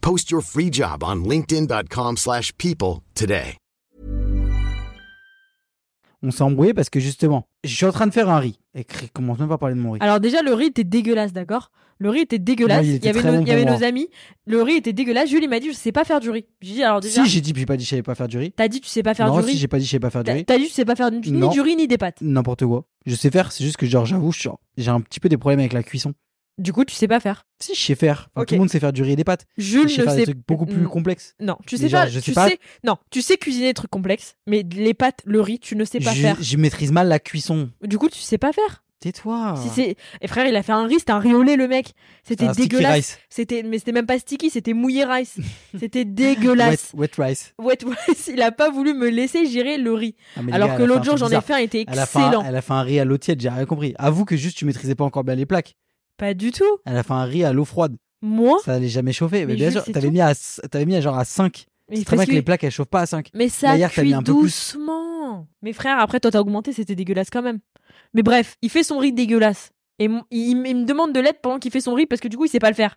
[SPEAKER 3] Post your free job on linkedin.com/people slash people today.
[SPEAKER 2] On s'est embrouillé parce que justement, je suis en train de faire un riz. Et cr- commence même pas à parler de mon riz.
[SPEAKER 1] Alors déjà, le riz était dégueulasse, d'accord Le riz était dégueulasse.
[SPEAKER 2] Ouais, il
[SPEAKER 1] il,
[SPEAKER 2] était
[SPEAKER 1] y avait,
[SPEAKER 2] très
[SPEAKER 1] nos,
[SPEAKER 2] bon
[SPEAKER 1] il y avait
[SPEAKER 2] pour moi.
[SPEAKER 1] nos amis. Le riz était dégueulasse. Julie m'a dit, je sais pas faire du riz. J'ai dit, alors déjà,
[SPEAKER 2] Si j'ai dit, puis j'ai pas dit, je savais pas faire du riz.
[SPEAKER 1] t'as dit, tu sais pas faire
[SPEAKER 2] non,
[SPEAKER 1] du
[SPEAKER 2] si
[SPEAKER 1] riz.
[SPEAKER 2] j'ai pas dit, je savais pas faire du
[SPEAKER 1] T'as
[SPEAKER 2] riz.
[SPEAKER 1] t'as dit, tu sais pas faire du- ni
[SPEAKER 2] Non.
[SPEAKER 1] du riz ni des pâtes.
[SPEAKER 2] N'importe quoi. Je sais faire, c'est juste que genre, j'avoue, je suis- j'ai un petit peu des problèmes avec la cuisson.
[SPEAKER 1] Du coup, tu sais pas faire.
[SPEAKER 2] Si je sais faire, Enfin,
[SPEAKER 1] Ok.
[SPEAKER 2] tout le monde sait faire du riz et des pâtes.
[SPEAKER 1] Jules
[SPEAKER 2] Je
[SPEAKER 1] ne
[SPEAKER 2] sais faire
[SPEAKER 1] sait
[SPEAKER 2] des trucs beaucoup plus
[SPEAKER 1] Mm.
[SPEAKER 2] complexes.
[SPEAKER 1] Non, tu
[SPEAKER 2] Mais
[SPEAKER 1] sais
[SPEAKER 2] genre,
[SPEAKER 1] pas.
[SPEAKER 2] je
[SPEAKER 1] tu
[SPEAKER 2] sais pas.
[SPEAKER 1] sais. Non, tu sais cuisiner des trucs complexes, mais les pâtes, le riz, tu ne sais pas
[SPEAKER 2] Je-
[SPEAKER 1] faire.
[SPEAKER 2] je maîtrise mal la cuisson.
[SPEAKER 1] Du coup, tu sais pas faire.
[SPEAKER 2] Tais-toi.
[SPEAKER 1] Si c'est et frère, il a fait un riz, c'était un riz au lait, le mec. C'était
[SPEAKER 2] Un Ah. sticky
[SPEAKER 1] dégueulasse.
[SPEAKER 2] rice.
[SPEAKER 1] C'était mais c'était même pas sticky, c'était mouillé rice. c'était
[SPEAKER 2] Wet,
[SPEAKER 1] dégueulasse.
[SPEAKER 2] wet rice.
[SPEAKER 1] Ouais, ouais, il a pas voulu me laisser gérer le riz.
[SPEAKER 2] Ah, mais les
[SPEAKER 1] Alors
[SPEAKER 2] gars,
[SPEAKER 1] que
[SPEAKER 2] elle a fait un
[SPEAKER 1] l'autre jour,
[SPEAKER 2] truc
[SPEAKER 1] j'en ai
[SPEAKER 2] bizarre.
[SPEAKER 1] fait un, il était
[SPEAKER 2] Elle a, fait un,
[SPEAKER 1] excellent.
[SPEAKER 2] elle a fait un riz à l'eau tiède, j'ai rien compris. Avoue que juste tu maîtrisais pas encore bien les plaques.
[SPEAKER 1] Pas du tout.
[SPEAKER 2] Elle a fait un riz à l'eau froide.
[SPEAKER 1] Moi,
[SPEAKER 2] Ça allait jamais chauffer.
[SPEAKER 1] Oh. Mais
[SPEAKER 2] Mais, bien
[SPEAKER 1] Jules,
[SPEAKER 2] sûr,
[SPEAKER 1] c'est
[SPEAKER 2] t'avais
[SPEAKER 1] tout.
[SPEAKER 2] mis, à, s- t'avais mis à genre à 5.
[SPEAKER 1] mais,
[SPEAKER 2] C'est très bien
[SPEAKER 1] parce
[SPEAKER 2] que
[SPEAKER 1] que-
[SPEAKER 2] les plaques elles chauffent pas à 5.
[SPEAKER 1] mais ça
[SPEAKER 2] D'ailleurs, t'as mis
[SPEAKER 1] cuit
[SPEAKER 2] un peu plus.
[SPEAKER 1] doucement. Mais frère, après toi t'as augmenté, c'était dégueulasse quand même. Mais bref, il fait son riz dégueulasse et mon- il, il me demande de l'aide pendant qu'il fait son riz parce que du coup il sait pas le faire.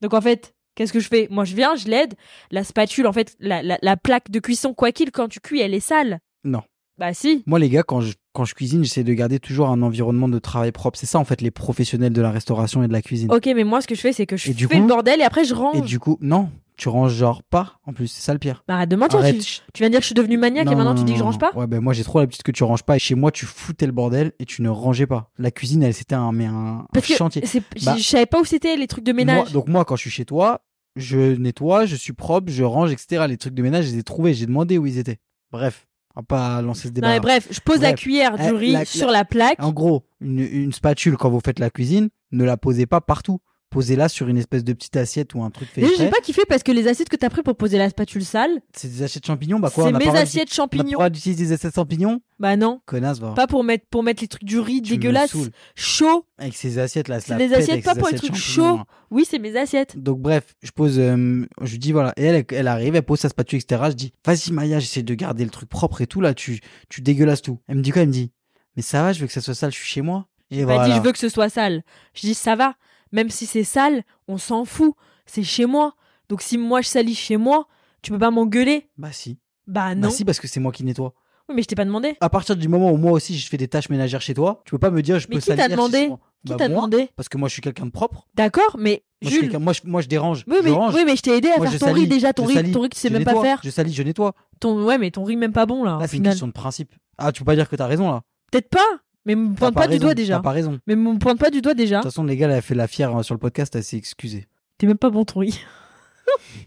[SPEAKER 1] Donc en fait, qu'est-ce que je fais Moi je viens, je l'aide. La spatule, en fait, la, la- la plaque de cuisson, quoi qu'il, quand tu cuis, elle est sale.
[SPEAKER 2] Non.
[SPEAKER 1] Bah si.
[SPEAKER 2] Moi les gars, quand je, quand je cuisine, j'essaie de garder toujours un environnement de travail propre. C'est ça en fait les professionnels de la restauration et de la cuisine.
[SPEAKER 1] Ok, mais moi ce que je fais c'est que je
[SPEAKER 2] Et du
[SPEAKER 1] fais
[SPEAKER 2] coup-
[SPEAKER 1] le bordel et après je range.
[SPEAKER 2] Et du coup, non, tu ranges genre pas en plus, c'est ça le pire.
[SPEAKER 1] Bah arrête de mentir,
[SPEAKER 2] Arrête.
[SPEAKER 1] tu, tu viens de dire que je suis devenue maniaque et
[SPEAKER 2] Non,
[SPEAKER 1] maintenant
[SPEAKER 2] non,
[SPEAKER 1] tu dis
[SPEAKER 2] non,
[SPEAKER 1] que je
[SPEAKER 2] non,
[SPEAKER 1] range pas
[SPEAKER 2] non. Ouais, ben moi j'ai trop l'habitude que tu ranges pas. Et chez moi, tu foutais le bordel et tu ne rangeais pas. La cuisine, elle c'était un, mais un, un
[SPEAKER 1] Parce que
[SPEAKER 2] chantier.
[SPEAKER 1] c'est- j-
[SPEAKER 2] Bah,
[SPEAKER 1] je savais pas où c'était les trucs de
[SPEAKER 2] Moi-
[SPEAKER 1] ménage.
[SPEAKER 2] donc moi, quand je suis chez toi, je nettoie, je suis propre, je range, etc. Les trucs de ménage, je les ai trouvés, j'ai demandé où ils étaient. Bref, on va pas lancer ce débat.
[SPEAKER 1] non mais bref, je pose la
[SPEAKER 2] Bref.
[SPEAKER 1] cuillère
[SPEAKER 2] Eh,
[SPEAKER 1] du riz
[SPEAKER 2] la-
[SPEAKER 1] sur la plaque.
[SPEAKER 2] En gros, une, une spatule, quand vous faites la cuisine, ne la posez pas partout. Posez-la sur une espèce de petite assiette ou un truc fait
[SPEAKER 1] Déjà, j'ai
[SPEAKER 2] exprès.
[SPEAKER 1] pas kiffé parce que les assiettes que t'as pris pour poser la spatule sale,
[SPEAKER 2] C'est des assiettes champignons, bah quoi on
[SPEAKER 1] c'est
[SPEAKER 2] a pas
[SPEAKER 1] mes
[SPEAKER 2] le droit d'uti-
[SPEAKER 1] assiettes
[SPEAKER 2] on a pas le
[SPEAKER 1] champignons.
[SPEAKER 2] droit d'utiliser des assiettes champignons
[SPEAKER 1] Bah non,
[SPEAKER 2] Connasse, va.
[SPEAKER 1] pas pour mettre pour mettre les trucs du riz
[SPEAKER 2] Tu me
[SPEAKER 1] dégueulasse,
[SPEAKER 2] saoules.
[SPEAKER 1] chaud.
[SPEAKER 2] Avec ces assiettes là,
[SPEAKER 1] C'est des assiettes, pas pour les trucs chauds. Oui, c'est mes assiettes.
[SPEAKER 2] hein.
[SPEAKER 1] Bah,
[SPEAKER 2] Donc bref, je pose, euh, je lui dis voilà, et elle, elle arrive, elle pose sa spatule, etc. Je dis, vas-y Maya, j'essaie de garder le truc propre et tout là, tu, tu dégueulasses tout. Elle me dit quoi Elle me dit, mais ça va, je veux que ça soit sale, je suis chez moi. Et
[SPEAKER 1] J'ai
[SPEAKER 2] voilà.
[SPEAKER 1] pas Bah, dit je veux que ce soit sale. Je dis ça va, même si c'est sale, on s'en fout, c'est chez moi. Donc si moi je salis chez moi, tu peux pas m'engueuler.
[SPEAKER 2] Bah si,
[SPEAKER 1] Bah
[SPEAKER 2] bah
[SPEAKER 1] non.
[SPEAKER 2] si parce que c'est moi qui nettoie.
[SPEAKER 1] Oui, mais je t'ai pas demandé.
[SPEAKER 2] À partir du moment où moi aussi je fais des tâches ménagères chez toi, tu peux pas me dire je
[SPEAKER 1] Mais
[SPEAKER 2] peux
[SPEAKER 1] qui t'a
[SPEAKER 2] salir. si
[SPEAKER 1] demandé
[SPEAKER 2] c'est moi.
[SPEAKER 1] Qui
[SPEAKER 2] Bah,
[SPEAKER 1] t'a
[SPEAKER 2] moi,
[SPEAKER 1] demandé
[SPEAKER 2] Parce que moi je suis quelqu'un de propre.
[SPEAKER 1] D'accord, mais
[SPEAKER 2] Moi, je, suis
[SPEAKER 1] Jules.
[SPEAKER 2] quelqu'un- moi, je, moi, je dérange.
[SPEAKER 1] Oui
[SPEAKER 2] je
[SPEAKER 1] mais,
[SPEAKER 2] range.
[SPEAKER 1] oui, mais je t'ai aidé à
[SPEAKER 2] Moi,
[SPEAKER 1] faire
[SPEAKER 2] je
[SPEAKER 1] ton
[SPEAKER 2] salis,
[SPEAKER 1] riz déjà, ton
[SPEAKER 2] je
[SPEAKER 1] riz,
[SPEAKER 2] salis,
[SPEAKER 1] ton riz que tu sais
[SPEAKER 2] je
[SPEAKER 1] même pas
[SPEAKER 2] nettoie,
[SPEAKER 1] faire.
[SPEAKER 2] Je salis, je nettoie.
[SPEAKER 1] Ton ouais, mais ton riz même pas bon là.
[SPEAKER 2] Là,
[SPEAKER 1] au
[SPEAKER 2] c'est une
[SPEAKER 1] final.
[SPEAKER 2] question de principe. Ah, tu peux pas dire que t'as raison là.
[SPEAKER 1] Peut-être pas. Mais me
[SPEAKER 2] T'as
[SPEAKER 1] pointe pas du
[SPEAKER 2] raison,
[SPEAKER 1] doigt déjà.
[SPEAKER 2] T'as pas raison.
[SPEAKER 1] Mais me pointe pas du doigt déjà.
[SPEAKER 2] De toute façon, les gars, elle a fait la fière euh, sur le podcast, elle s'est excusée.
[SPEAKER 1] T'es même pas bon ton riz.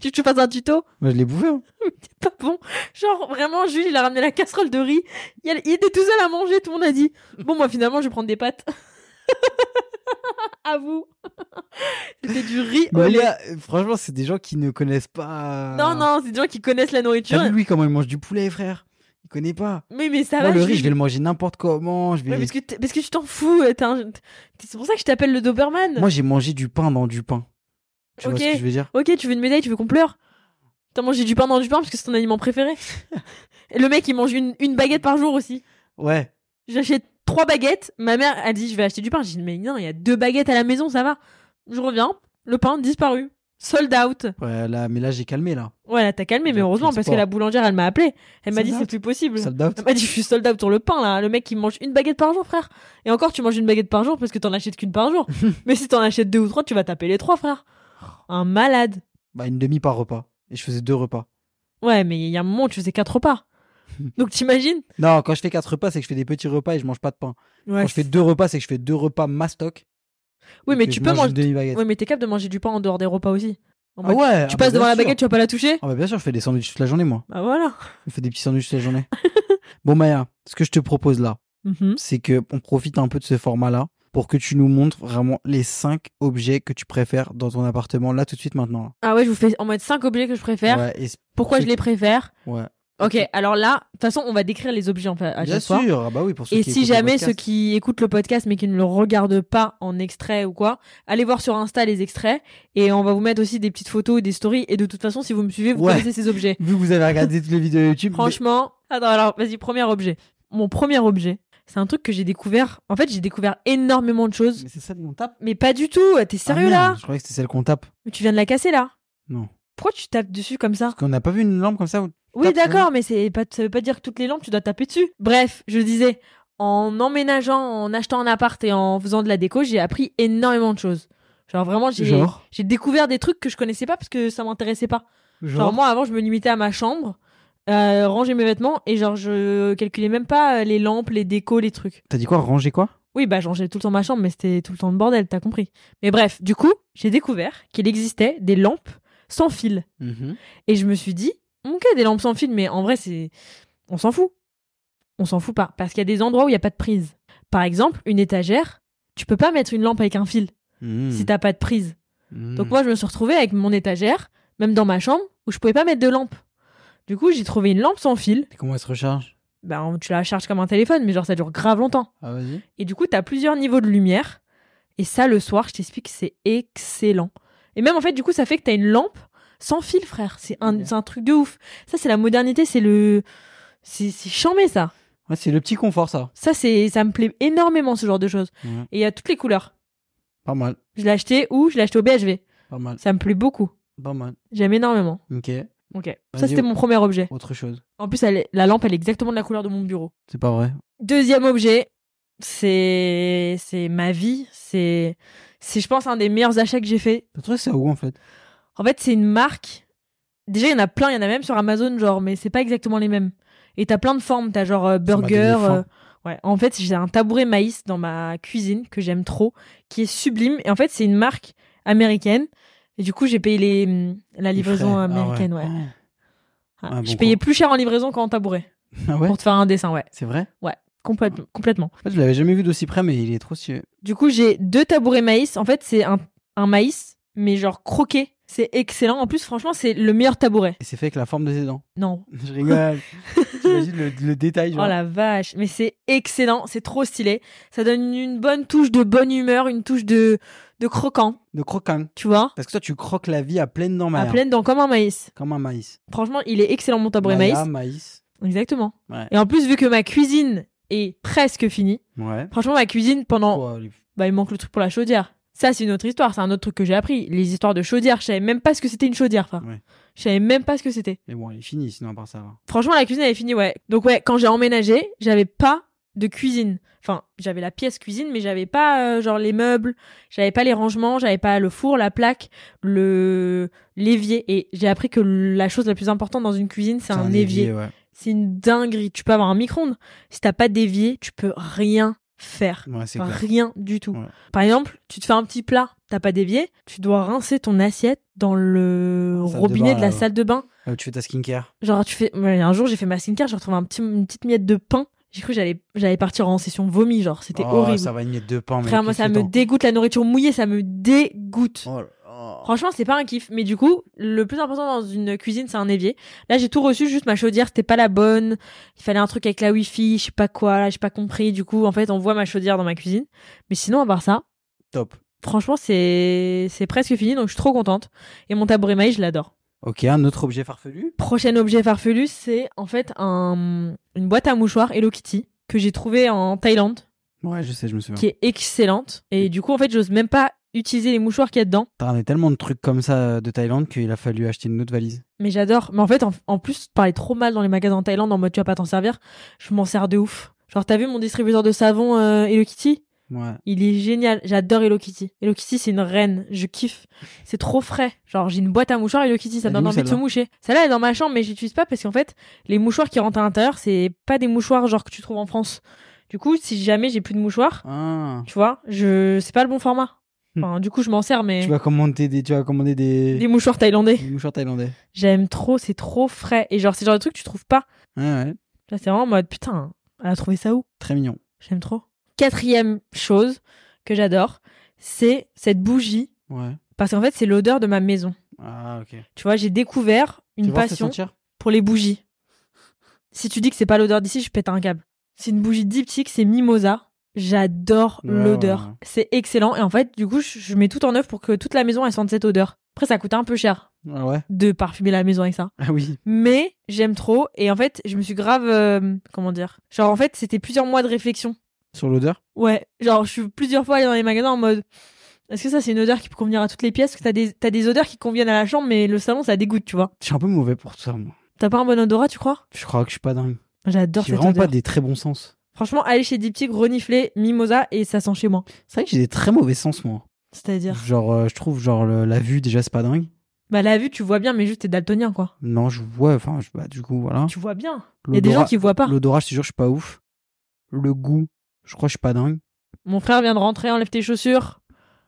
[SPEAKER 1] tu veux que je te fasse un tuto
[SPEAKER 2] Moi, je l'ai bouffé. hein.
[SPEAKER 1] T'es pas bon. Genre vraiment, Jules, il a ramené la casserole de riz. Il, y a- il était tout seul à manger, tout le monde a dit. Bon, moi finalement, je vais prendre des pâtes. à vous. C'était du riz au
[SPEAKER 2] Mais
[SPEAKER 1] lait.
[SPEAKER 2] là, euh, franchement, c'est des gens qui ne connaissent pas.
[SPEAKER 1] Bah,
[SPEAKER 2] euh,
[SPEAKER 1] Non, non, c'est des gens qui connaissent la nourriture.
[SPEAKER 2] T'as vu, lui, comment il mange du poulet, frère Il connaît pas.
[SPEAKER 1] Mais, mais ça
[SPEAKER 2] Moi,
[SPEAKER 1] va.
[SPEAKER 2] le
[SPEAKER 1] Jules.
[SPEAKER 2] riz, je vais le manger n'importe comment. Je vais...
[SPEAKER 1] Ouais, parce, que t'es- parce que tu t'en fous. euh, t'es un- t'es- C'est pour ça que je t'appelle le Doberman.
[SPEAKER 2] Moi, j'ai mangé du pain dans du pain. Tu
[SPEAKER 1] Ok.
[SPEAKER 2] vois ce que je veux dire
[SPEAKER 1] Ok, tu veux une médaille, tu veux qu'on pleure T'as mangé du pain dans du pain parce que c'est ton aliment préféré. Et le mec, il mange une, une baguette par jour aussi.
[SPEAKER 2] Ouais.
[SPEAKER 1] J'achète trois baguettes. Ma mère a dit, je vais acheter du pain. J'ai dit, mais non, il y a deux baguettes à la maison, ça va. Je reviens, le pain disparu. Sold out.
[SPEAKER 2] Ouais, là, mais là, j'ai calmé, là.
[SPEAKER 1] Voilà, t'as calmé, mais
[SPEAKER 2] J'ai
[SPEAKER 1] heureusement,
[SPEAKER 2] plus
[SPEAKER 1] parce que
[SPEAKER 2] d'espoir.
[SPEAKER 1] la boulangère, elle m'a appelé. Elle m'a
[SPEAKER 2] Sold
[SPEAKER 1] dit,
[SPEAKER 2] out.
[SPEAKER 1] c'est plus possible.
[SPEAKER 2] Sold out.
[SPEAKER 1] Elle m'a dit, je suis sold out sur le pain, là. Le mec, il mange une baguette par jour, frère. Et encore, tu manges une baguette par jour parce que t'en achètes qu'une par jour. mais si t'en achètes deux ou trois, tu vas taper les trois, frère. Un malade.
[SPEAKER 2] Bah, une demi par repas. Et je faisais deux repas.
[SPEAKER 1] Ouais, mais il y a un moment où tu faisais quatre repas. Donc t'imagines
[SPEAKER 2] Non, quand je fais quatre repas, c'est que je fais des petits repas et je mange pas de pain.
[SPEAKER 1] ouais,
[SPEAKER 2] quand je fais deux repas, c'est que je fais deux repas mastoc.
[SPEAKER 1] Oui,
[SPEAKER 2] et
[SPEAKER 1] mais
[SPEAKER 2] que
[SPEAKER 1] tu
[SPEAKER 2] je
[SPEAKER 1] peux
[SPEAKER 2] mange
[SPEAKER 1] manger.
[SPEAKER 2] une demi-baguette.
[SPEAKER 1] Oui, mais t'es capable de manger du pain en dehors des repas aussi. En
[SPEAKER 2] Ah
[SPEAKER 1] mode,
[SPEAKER 2] ouais
[SPEAKER 1] Tu passes devant la baguette, tu vas pas la toucher
[SPEAKER 2] Ah bah bien sûr, je fais des sandwichs toute la journée, moi.
[SPEAKER 1] Bah voilà.
[SPEAKER 2] Je fais des petits sandwichs toute la journée. bon Maya, ce que je te propose là,
[SPEAKER 1] Mhm.
[SPEAKER 2] c'est que on profite un peu de ce format-là pour que tu nous montres vraiment les cinq objets que tu préfères dans ton appartement là tout de suite maintenant.
[SPEAKER 1] Ah ouais, je vous fais en mode 5 objets que je préfère.
[SPEAKER 2] Ouais, et-
[SPEAKER 1] Pourquoi
[SPEAKER 2] ceux
[SPEAKER 1] je les préfère
[SPEAKER 2] ouais.
[SPEAKER 1] Ok, alors là, de toute façon, on va décrire les objets en fait, à
[SPEAKER 2] Bien
[SPEAKER 1] chaque fois.
[SPEAKER 2] sûr. Ah bah oui, pour ceux
[SPEAKER 1] Et
[SPEAKER 2] qui
[SPEAKER 1] si
[SPEAKER 2] écoutent le
[SPEAKER 1] jamais
[SPEAKER 2] podcast.
[SPEAKER 1] ceux qui écoutent le podcast mais qui ne le regardent pas en extrait ou quoi, allez voir sur Insta les extraits et on va vous mettre aussi des petites photos et des stories. Et de toute façon, si vous me suivez, vous
[SPEAKER 2] Ouais.
[SPEAKER 1] connaissez ces objets.
[SPEAKER 2] vu que vous avez regardé toutes les vidéos YouTube,
[SPEAKER 1] Franchement, attends, alors vas-y, premier objet. Mon premier objet, c'est un truc que j'ai découvert. En fait, j'ai découvert énormément de choses.
[SPEAKER 2] Mais c'est celle qu'on tape
[SPEAKER 1] Mais pas du tout. euh, T'es sérieux
[SPEAKER 2] Ah, merde,
[SPEAKER 1] là
[SPEAKER 2] Je croyais que c'était celle qu'on tape.
[SPEAKER 1] Mais tu viens de la casser là.
[SPEAKER 2] Non.
[SPEAKER 1] Pourquoi tu tapes dessus comme ça
[SPEAKER 2] Parce qu'on n'a pas vu une lampe comme ça où
[SPEAKER 1] Oui,
[SPEAKER 2] Tape,
[SPEAKER 1] d'accord, mais c'est pas, ça veut pas dire que toutes les lampes, tu dois taper dessus. Bref, je disais, en emménageant, en achetant un appart et en faisant de la déco, j'ai appris énormément de choses. Genre vraiment, j'ai
[SPEAKER 2] Genre.
[SPEAKER 1] j'ai découvert des trucs que je connaissais pas parce que ça m'intéressait pas. Genre,
[SPEAKER 2] Genre.
[SPEAKER 1] moi, avant, je me limitais à ma chambre, euh, ranger mes vêtements et genre, je calculais même pas euh, les lampes, les décos, les trucs.
[SPEAKER 2] T'as dit quoi Ranger quoi
[SPEAKER 1] Oui, bah, j'enlevais tout le temps ma chambre, mais c'était tout le temps le bordel, t'as compris. Mais bref, du coup, j'ai découvert qu'il existait des lampes sans fil.
[SPEAKER 2] Mm-hmm.
[SPEAKER 1] Et je me suis dit, ok, des lampes sans fil, mais en vrai, c'est. On s'en fout. On s'en fout pas. Parce qu'il y a des endroits où il n'y a pas de prise. Par exemple, une étagère, tu peux pas mettre une lampe avec un fil
[SPEAKER 2] Mhm.
[SPEAKER 1] si t'as pas de prise.
[SPEAKER 2] Mhm.
[SPEAKER 1] Donc moi, je me suis retrouvée avec mon étagère, même dans ma chambre, où je pouvais pas mettre de lampe. Du coup, j'ai trouvé une lampe sans fil.
[SPEAKER 2] Et comment elle se recharge
[SPEAKER 1] Ben, tu la charges comme un téléphone, mais genre, ça dure grave longtemps.
[SPEAKER 2] Ah, vas-y.
[SPEAKER 1] Et du coup, t'as plusieurs niveaux de lumière. Et ça, le soir, je t'explique, c'est excellent. Et même, en fait, du coup, ça fait que t'as une lampe sans fil, frère. C'est un,
[SPEAKER 2] Ok.
[SPEAKER 1] c'est un truc de ouf. Ça, c'est la modernité, c'est le. C'est c'est chambé, ça.
[SPEAKER 2] Ouais, c'est le petit confort, ça.
[SPEAKER 1] Ça, c'est ça me plaît énormément, ce genre de choses.
[SPEAKER 2] Ouais.
[SPEAKER 1] Et il y a toutes les couleurs.
[SPEAKER 2] Pas mal.
[SPEAKER 1] Je l'ai acheté où Je l'ai acheté au BHV.
[SPEAKER 2] Pas mal.
[SPEAKER 1] Ça me plaît beaucoup.
[SPEAKER 2] Pas mal.
[SPEAKER 1] J'aime énormément.
[SPEAKER 2] Ok.
[SPEAKER 1] Ok. Ça,
[SPEAKER 2] Vas-y.
[SPEAKER 1] c'était mon premier objet.
[SPEAKER 2] Autre chose.
[SPEAKER 1] En plus, elle est- la lampe, elle est exactement de la couleur de mon bureau.
[SPEAKER 2] C'est pas vrai.
[SPEAKER 1] Deuxième objet, c'est c'est ma vie. C'est, c'est, je pense, un des meilleurs achats que j'ai fait
[SPEAKER 2] Le truc, c'est où en fait
[SPEAKER 1] En fait, c'est une marque. Déjà, il y en a plein, il y en a même sur Amazon, genre, mais c'est pas exactement les mêmes. Et t'as plein de formes, t'as genre euh,
[SPEAKER 2] Ça m'a donné
[SPEAKER 1] burger.
[SPEAKER 2] faim.
[SPEAKER 1] euh, ouais, en fait, j'ai un tabouret maïs dans ma cuisine que j'aime trop, qui est sublime. Et en fait, c'est une marque américaine. Et du coup, j'ai payé les, hum, la
[SPEAKER 2] Les
[SPEAKER 1] livraison
[SPEAKER 2] frais. Ah
[SPEAKER 1] américaine, ouais.
[SPEAKER 2] Ah,
[SPEAKER 1] Ouais,
[SPEAKER 2] bon
[SPEAKER 1] je payais
[SPEAKER 2] coup.
[SPEAKER 1] plus cher en livraison qu'en tabouret
[SPEAKER 2] Ah ouais
[SPEAKER 1] pour te faire un dessin, ouais.
[SPEAKER 2] C'est vrai
[SPEAKER 1] Complète- complètement.
[SPEAKER 2] En fait, je l'avais jamais vu d'aussi près, mais il est trop cieux.
[SPEAKER 1] Du coup, j'ai deux tabourets maïs. En fait, c'est un, un maïs, mais genre croqué. C'est excellent. En plus, franchement, c'est le meilleur tabouret.
[SPEAKER 2] Et c'est fait avec la forme de ses dents.
[SPEAKER 1] Non,
[SPEAKER 2] Je rigole. T'imagines le, le détail, genre.
[SPEAKER 1] Oh la vache, mais c'est excellent, c'est trop stylé. Ça donne une bonne touche de bonne humeur, une touche de, de croquant,
[SPEAKER 2] De croquant.
[SPEAKER 1] tu vois.
[SPEAKER 2] Parce que toi, tu croques la vie à pleine dents,
[SPEAKER 1] À
[SPEAKER 2] Maya.
[SPEAKER 1] pleine dent comme un maïs.
[SPEAKER 2] Comme un maïs.
[SPEAKER 1] Franchement, il est excellent mon tabouret
[SPEAKER 2] Maya,
[SPEAKER 1] maïs.
[SPEAKER 2] maïs.
[SPEAKER 1] Exactement.
[SPEAKER 2] Ouais.
[SPEAKER 1] Et en plus, vu que ma cuisine est presque finie,
[SPEAKER 2] Ouais.
[SPEAKER 1] franchement, ma cuisine pendant.
[SPEAKER 2] Quoi, les-
[SPEAKER 1] Bah, il manque le truc pour la chaudière. Ça, c'est une autre histoire, c'est un autre truc que j'ai appris. Les histoires de chaudière, je savais même pas ce que c'était une chaudière, enfin.
[SPEAKER 2] Ouais.
[SPEAKER 1] Je savais même pas ce que c'était.
[SPEAKER 2] Mais bon, il est fini, sinon, à part ça. va.
[SPEAKER 1] Franchement, la cuisine, elle est finie, ouais. Donc, ouais, quand j'ai emménagé, j'avais pas de cuisine. Enfin, j'avais la pièce cuisine, mais j'avais pas, euh, genre, les meubles, j'avais pas les rangements, j'avais pas le four, la plaque, le l'évier. Et j'ai appris que la chose la plus importante dans une cuisine, c'est un, évier.
[SPEAKER 2] ouais.
[SPEAKER 1] C'est une dinguerie. Tu peux avoir un micro-ondes. Si t'as pas d'évier, tu peux rien faire.
[SPEAKER 2] Ouais, c'est
[SPEAKER 1] Enfin,
[SPEAKER 2] clair.
[SPEAKER 1] rien du tout.
[SPEAKER 2] Ouais.
[SPEAKER 1] Par exemple, tu te fais un petit plat, t'as pas d'évier, tu dois rincer ton assiette dans le
[SPEAKER 2] Salle de
[SPEAKER 1] robinet
[SPEAKER 2] bain,
[SPEAKER 1] de la
[SPEAKER 2] là.
[SPEAKER 1] salle de bain.
[SPEAKER 2] Euh, tu fais ta skincare.
[SPEAKER 1] Genre, tu fais. ouais, un jour, j'ai fait ma skincare, j'ai retrouvé un petit, une petite miette de pain. J'ai cru que j'allais, j'allais partir en session vomi, genre, c'était
[SPEAKER 2] Oh,
[SPEAKER 1] horrible.
[SPEAKER 2] Ça va une miette de pain, mais
[SPEAKER 1] Frère, moi,
[SPEAKER 2] qu'est-ce
[SPEAKER 1] ça
[SPEAKER 2] que
[SPEAKER 1] me
[SPEAKER 2] t'en-
[SPEAKER 1] dégoûte, la nourriture mouillée, ça me dégoûte.
[SPEAKER 2] Oh là- oh.
[SPEAKER 1] Franchement, c'est pas un kiff. Mais du coup, le plus important dans une cuisine, c'est un évier. Là, j'ai tout reçu, juste ma chaudière, c'était pas la bonne. Il fallait un truc avec la wifi, je sais pas quoi, là, j'ai pas compris. Du coup, en fait, on voit ma chaudière dans ma cuisine. Mais sinon, à part ça,
[SPEAKER 2] Top.
[SPEAKER 1] franchement, c'est, c'est presque fini, donc je suis trop contente. Et mon tabouret maïs, je l'adore.
[SPEAKER 2] Ok, un autre objet farfelu.
[SPEAKER 1] Prochain objet farfelu, c'est en fait un, une boîte à mouchoirs Hello Kitty que j'ai trouvée en Thaïlande,
[SPEAKER 2] Ouais, je sais, je me souviens.
[SPEAKER 1] qui est excellente. Et du coup, en fait, j'ose même pas utiliser les mouchoirs qu'il y a dedans.
[SPEAKER 2] T'as ramené tellement de trucs comme ça euh, de Thaïlande qu'il a fallu acheter une autre valise.
[SPEAKER 1] Mais j'adore. Mais en fait, en, en plus, parler trop mal dans les magasins en Thaïlande en mode tu vas pas t'en servir, je m'en sers de ouf. Genre, t'as vu mon distributeur de savon euh, Hello Kitty
[SPEAKER 2] Ouais.
[SPEAKER 1] Il est génial. J'adore Hello Kitty. Hello Kitty, c'est une reine. Je kiffe. C'est trop frais. Genre, j'ai une boîte à mouchoirs Hello Kitty, ça
[SPEAKER 2] Elle
[SPEAKER 1] me
[SPEAKER 2] est
[SPEAKER 1] donne
[SPEAKER 2] où,
[SPEAKER 1] envie de se
[SPEAKER 2] celle-là
[SPEAKER 1] moucher. Celle-là elle est dans ma chambre, mais je l'utilise pas parce qu'en fait, les mouchoirs qui rentrent à l'intérieur, c'est pas des mouchoirs genre que tu trouves en France. Du coup, si jamais j'ai plus de mouchoirs,
[SPEAKER 2] Ah.
[SPEAKER 1] tu vois, je c'est pas le bon format.
[SPEAKER 2] Hmm.
[SPEAKER 1] Enfin, du coup, je m'en sers, mais
[SPEAKER 2] Tu vas commander des, tu vas commander des,
[SPEAKER 1] des mouchoirs thaïlandais.
[SPEAKER 2] des mouchoirs thaïlandais.
[SPEAKER 1] J'aime trop, c'est trop frais. Et genre, c'est le genre de truc que tu trouves pas.
[SPEAKER 2] Ouais, ouais.
[SPEAKER 1] Là, c'est vraiment en mode putain, elle a trouvé ça où
[SPEAKER 2] Très mignon.
[SPEAKER 1] J'aime trop. Quatrième chose que j'adore, c'est cette bougie.
[SPEAKER 2] Ouais.
[SPEAKER 1] Parce qu'en fait, c'est l'odeur de ma maison.
[SPEAKER 2] Ah, ok.
[SPEAKER 1] Tu vois, j'ai découvert une
[SPEAKER 2] tu vas
[SPEAKER 1] passion pour les bougies. Si tu dis que c'est pas l'odeur d'ici, je pète un câble. C'est une bougie diptyque, c'est Mimosa. J'adore
[SPEAKER 2] Ouais,
[SPEAKER 1] l'odeur.
[SPEAKER 2] ouais, ouais.
[SPEAKER 1] C'est excellent. Et en fait, du coup, je, je mets tout en œuvre pour que toute la maison elle sente cette odeur. Après, ça coûte un peu cher.
[SPEAKER 2] Ah ouais.
[SPEAKER 1] de parfumer la maison avec ça.
[SPEAKER 2] Ah oui.
[SPEAKER 1] Mais j'aime trop. Et en fait, je me suis grave. euh, comment dire Genre, en fait, c'était plusieurs mois de réflexion.
[SPEAKER 2] Sur l'odeur.
[SPEAKER 1] Ouais. Genre, je suis plusieurs fois allée dans les magasins en mode. Est-ce que ça, c'est une odeur qui peut convenir à toutes les pièces Parce que t'as des, t'as des odeurs qui conviennent à la chambre, mais le salon, ça dégoûte, tu vois.
[SPEAKER 2] Je suis un peu mauvais pour tout ça, moi.
[SPEAKER 1] T'as pas un bon odorat, tu crois
[SPEAKER 2] Je crois que je suis pas dingue.
[SPEAKER 1] J'adore
[SPEAKER 2] J'ai
[SPEAKER 1] cette
[SPEAKER 2] vraiment
[SPEAKER 1] odeur.
[SPEAKER 2] pas des très bons sens.
[SPEAKER 1] Franchement, aller chez Diptyque, renifler, mimosa, et ça sent chez moi.
[SPEAKER 2] C'est vrai que j'ai des très mauvais sens, moi.
[SPEAKER 1] C'est-à-dire.
[SPEAKER 2] Genre, euh, je trouve, genre, le- la vue, déjà, c'est pas dingue.
[SPEAKER 1] Bah, la vue, tu vois bien, mais juste, t'es daltonien, quoi.
[SPEAKER 2] Non, je vois, enfin, je- bah, du coup, voilà.
[SPEAKER 1] Tu vois bien. Il y a des gens
[SPEAKER 2] L'odorat-
[SPEAKER 1] qui voient pas.
[SPEAKER 2] L'odorat, je te jure, je suis pas ouf. Le goût, je crois que je suis pas dingue.
[SPEAKER 1] Mon frère vient de rentrer, enlève tes chaussures,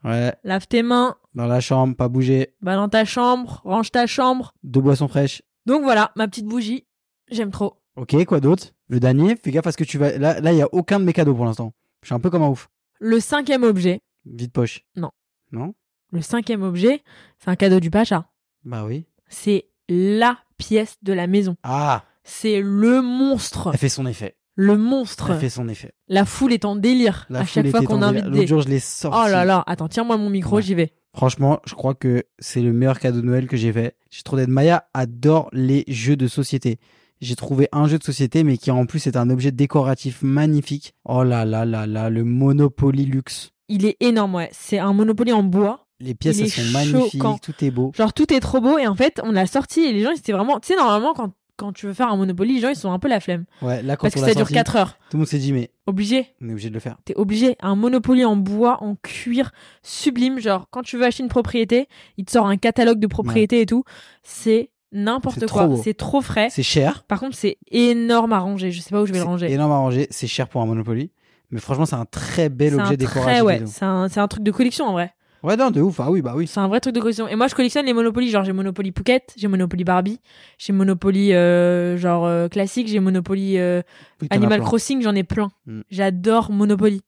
[SPEAKER 2] Ouais,
[SPEAKER 1] lave tes mains,
[SPEAKER 2] dans la chambre, pas bouger.
[SPEAKER 1] va dans ta chambre, range ta chambre.
[SPEAKER 2] Deux boissons fraîches.
[SPEAKER 1] Donc voilà, ma petite bougie. J'aime trop.
[SPEAKER 2] Ok, quoi d'autre Le dernier, fais gaffe parce que tu vas. Là, là, il y a aucun de mes cadeaux pour l'instant. Je suis un peu comme un ouf.
[SPEAKER 1] Le cinquième objet.
[SPEAKER 2] Vite poche.
[SPEAKER 1] Non.
[SPEAKER 2] Non
[SPEAKER 1] Le cinquième objet, c'est un cadeau du Pacha.
[SPEAKER 2] Bah oui.
[SPEAKER 1] C'est la pièce de la maison.
[SPEAKER 2] Ah
[SPEAKER 1] C'est le monstre.
[SPEAKER 2] Elle fait son effet.
[SPEAKER 1] Le monstre.
[SPEAKER 2] Elle fait son effet.
[SPEAKER 1] La foule est en délire
[SPEAKER 2] La
[SPEAKER 1] à
[SPEAKER 2] foule
[SPEAKER 1] chaque fois
[SPEAKER 2] était
[SPEAKER 1] qu'on
[SPEAKER 2] en
[SPEAKER 1] invite
[SPEAKER 2] délire. L'autre
[SPEAKER 1] des.
[SPEAKER 2] jour, je l'ai sorti.
[SPEAKER 1] Oh là là, attends, tiens-moi mon micro,
[SPEAKER 2] Ouais.
[SPEAKER 1] j'y vais.
[SPEAKER 2] Franchement, je crois que c'est le meilleur cadeau de Noël que j'ai fait. J'ai trouvé Maya adore les jeux de société. J'ai trouvé un jeu de société, mais qui en plus est un objet décoratif magnifique. Oh là là là là, le Monopoly Luxe.
[SPEAKER 1] Il est énorme, ouais. C'est un Monopoly en bois.
[SPEAKER 2] Les pièces,
[SPEAKER 1] Il
[SPEAKER 2] elles
[SPEAKER 1] est
[SPEAKER 2] sont magnifiques,
[SPEAKER 1] choquant.
[SPEAKER 2] tout est beau.
[SPEAKER 1] Genre tout est trop beau et en fait, on l'a sorti et les gens, ils étaient vraiment. Tu sais, normalement, quand, quand tu veux faire un Monopoly, les gens, ils sont un peu la flemme.
[SPEAKER 2] Ouais, là, quand
[SPEAKER 1] parce
[SPEAKER 2] on
[SPEAKER 1] que
[SPEAKER 2] l'a
[SPEAKER 1] ça dure
[SPEAKER 2] sorti,
[SPEAKER 1] 4 heures.
[SPEAKER 2] tout le monde s'est dit, mais
[SPEAKER 1] Obligé.
[SPEAKER 2] on est obligé de le faire.
[SPEAKER 1] T'es obligé. Un Monopoly en bois, en cuir, sublime. Genre, quand tu veux acheter une propriété, il te sort un catalogue de propriétés et tout. C'est
[SPEAKER 2] C'est
[SPEAKER 1] n'importe
[SPEAKER 2] trop
[SPEAKER 1] quoi.
[SPEAKER 2] beau.
[SPEAKER 1] C'est trop frais.
[SPEAKER 2] C'est cher.
[SPEAKER 1] Par contre, c'est énorme à ranger. Je sais pas où je vais le
[SPEAKER 2] C'est
[SPEAKER 1] ranger.
[SPEAKER 2] énorme à ranger. C'est cher pour un Monopoly. Mais franchement, c'est un très bel
[SPEAKER 1] C'est
[SPEAKER 2] objet
[SPEAKER 1] un
[SPEAKER 2] décoratif. et
[SPEAKER 1] très, ouais.
[SPEAKER 2] tout.
[SPEAKER 1] C'est un, c'est un truc de collection en vrai.
[SPEAKER 2] Ouais, non, de ouf. Ah oui, bah oui.
[SPEAKER 1] C'est un vrai truc de collection. Et moi, je collectionne les Monopoly. Genre, j'ai Monopoly Pocket, j'ai Monopoly Barbie, j'ai Monopoly euh, genre euh, classique, j'ai Monopoly euh,
[SPEAKER 2] Oui, t'en as
[SPEAKER 1] Animal
[SPEAKER 2] plein.
[SPEAKER 1] Crossing. J'en ai plein.
[SPEAKER 2] Mm.
[SPEAKER 1] J'adore Monopoly.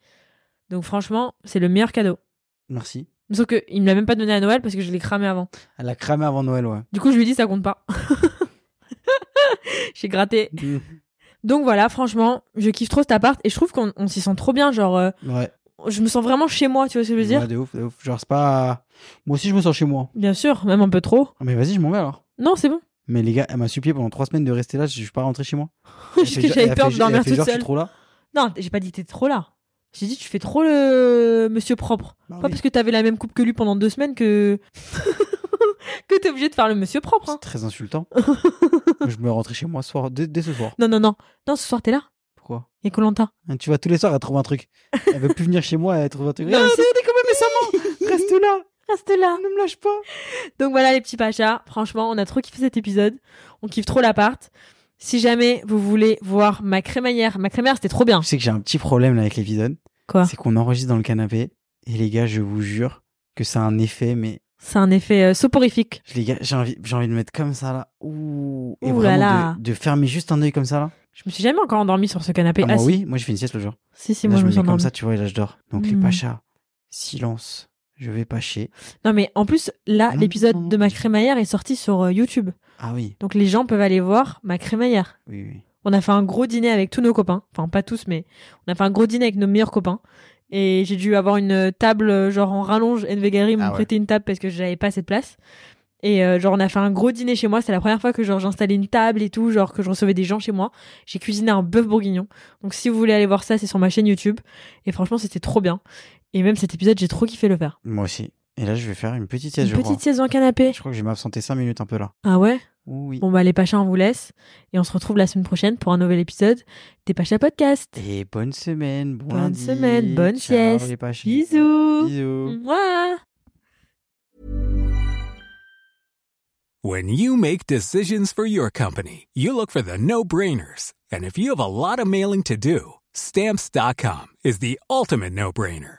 [SPEAKER 1] Donc, franchement, c'est le meilleur cadeau.
[SPEAKER 2] Merci.
[SPEAKER 1] Sauf que il me l'a même pas donné à Noël parce que je l'ai cramé avant.
[SPEAKER 2] Elle a cramé avant Noël, ouais.
[SPEAKER 1] Du coup, je lui dis ça compte pas. J'ai gratté. Donc voilà, franchement, je kiffe trop cet appart et je trouve qu'on on s'y sent trop bien. Genre, euh,
[SPEAKER 2] Mm. ouais.
[SPEAKER 1] je me sens vraiment chez moi, tu vois ce que je veux dire
[SPEAKER 2] Ouais, de ouf, de ouf. Genre, c'est pas. Moi aussi, je me sens chez moi.
[SPEAKER 1] Bien sûr, même un peu trop.
[SPEAKER 2] Ah, Mais vas-y, je m'en vais alors.
[SPEAKER 1] Non, c'est bon.
[SPEAKER 2] Mais les gars, elle m'a supplié pendant trois semaines de rester là. Je je suis pas rentré chez moi. Elle
[SPEAKER 1] Parce
[SPEAKER 2] fait
[SPEAKER 1] que
[SPEAKER 2] genre-
[SPEAKER 1] j'avais
[SPEAKER 2] elle
[SPEAKER 1] peur
[SPEAKER 2] fait-
[SPEAKER 1] de
[SPEAKER 2] elle
[SPEAKER 1] dormir
[SPEAKER 2] fait
[SPEAKER 1] toute
[SPEAKER 2] genre, je suis
[SPEAKER 1] seule.
[SPEAKER 2] trop là.
[SPEAKER 1] Non, j'ai pas dit que t'étais trop là. J'ai dit, tu fais trop le monsieur propre.
[SPEAKER 2] Bah
[SPEAKER 1] pas
[SPEAKER 2] oui.
[SPEAKER 1] parce que t'avais la même coupe que lui pendant deux semaines que. que t'es obligé de faire le monsieur propre. hein.
[SPEAKER 2] C'est très insultant. je me rentrais chez moi ce soir, dès, dès ce soir.
[SPEAKER 1] Non, non, non. Non, ce soir, t'es là.
[SPEAKER 2] Pourquoi
[SPEAKER 1] Et Colanta.
[SPEAKER 2] Hein, Tu vois, tous les soirs, elle trouve un truc. Elle veut plus venir chez moi, elle trouve un truc.
[SPEAKER 1] Non, mais c'est-
[SPEAKER 2] t'es quand même récemment Reste là
[SPEAKER 1] Reste là.
[SPEAKER 2] Ne me lâche pas
[SPEAKER 1] Donc voilà les petits pachas, franchement, on a trop kiffé cet épisode. On kiffe trop l'appart. Si jamais vous voulez voir ma crémaillère, ma crémaillère c'était trop bien.
[SPEAKER 2] Je sais que j'ai un petit problème là avec l'épisode.
[SPEAKER 1] Quoi
[SPEAKER 2] C'est qu'on enregistre dans le canapé. Et les gars, je vous jure que ça a un effet, mais
[SPEAKER 1] C'est un effet euh, soporifique.
[SPEAKER 2] je- les gars, j'ai envie, j'ai envie de mettre comme ça là. Ouh, et
[SPEAKER 1] Ouh là
[SPEAKER 2] vraiment
[SPEAKER 1] là.
[SPEAKER 2] De, de fermer juste un œil comme ça là.
[SPEAKER 1] Je me suis jamais encore endormie sur ce canapé.
[SPEAKER 2] Ah, moi
[SPEAKER 1] si.
[SPEAKER 2] oui, moi je fais une sieste le jour.
[SPEAKER 1] Si, si,
[SPEAKER 2] Là,
[SPEAKER 1] moi je me
[SPEAKER 2] mets
[SPEAKER 1] suis
[SPEAKER 2] comme
[SPEAKER 1] endormie.
[SPEAKER 2] ça, tu vois, et là je dors. Donc les
[SPEAKER 1] Mm.
[SPEAKER 2] pachas, silence, je vais pacher.
[SPEAKER 1] Non mais en plus, là,
[SPEAKER 2] Ah non, non, non.
[SPEAKER 1] l'épisode de ma crémaillère est sorti sur euh, YouTube.
[SPEAKER 2] Ah oui,
[SPEAKER 1] Donc les gens peuvent aller voir ma crémaillère.
[SPEAKER 2] oui, oui.
[SPEAKER 1] On a fait un gros dîner avec tous nos copains. Enfin, pas tous, mais on a fait un gros dîner avec nos meilleurs copains. Et j'ai dû avoir une euh, table, euh, genre en rallonge. Envegari
[SPEAKER 2] Ah
[SPEAKER 1] m'a
[SPEAKER 2] ouais.
[SPEAKER 1] prêté une table parce que j'avais pas assez de place. Et euh, genre, on a fait un gros dîner chez moi. C'est la première fois que genre j'installais une table et tout, genre que je recevais des gens chez moi. J'ai cuisiné un bœuf bourguignon. Donc si vous voulez aller voir ça, c'est sur ma chaîne YouTube. Et franchement, c'était trop bien. Et même cet épisode, j'ai trop kiffé le faire.
[SPEAKER 2] Moi aussi. Et là, je vais faire une petite sieste,
[SPEAKER 1] Une
[SPEAKER 2] je crois.
[SPEAKER 1] petite sieste dans le canapé.
[SPEAKER 2] Je crois que je vais m'absenter 5 minutes un peu là.
[SPEAKER 1] Ah ouais
[SPEAKER 2] Oui.
[SPEAKER 1] Bon bah les Pachas, on vous laisse. Et on se retrouve la semaine prochaine pour un nouvel épisode des Pachas Podcast.
[SPEAKER 2] Et bonne semaine, bon
[SPEAKER 1] Bonne
[SPEAKER 2] lundi.
[SPEAKER 1] semaine, bonne
[SPEAKER 2] Ciao,
[SPEAKER 1] sieste.
[SPEAKER 2] les pachas.
[SPEAKER 1] Bisous. Hmm.
[SPEAKER 2] Bisous.
[SPEAKER 1] Mouah.
[SPEAKER 4] When you make decisions for your company, you look for the no brainers. And if you have a lot of mailing to do, stamps.com is the ultimate no brainer.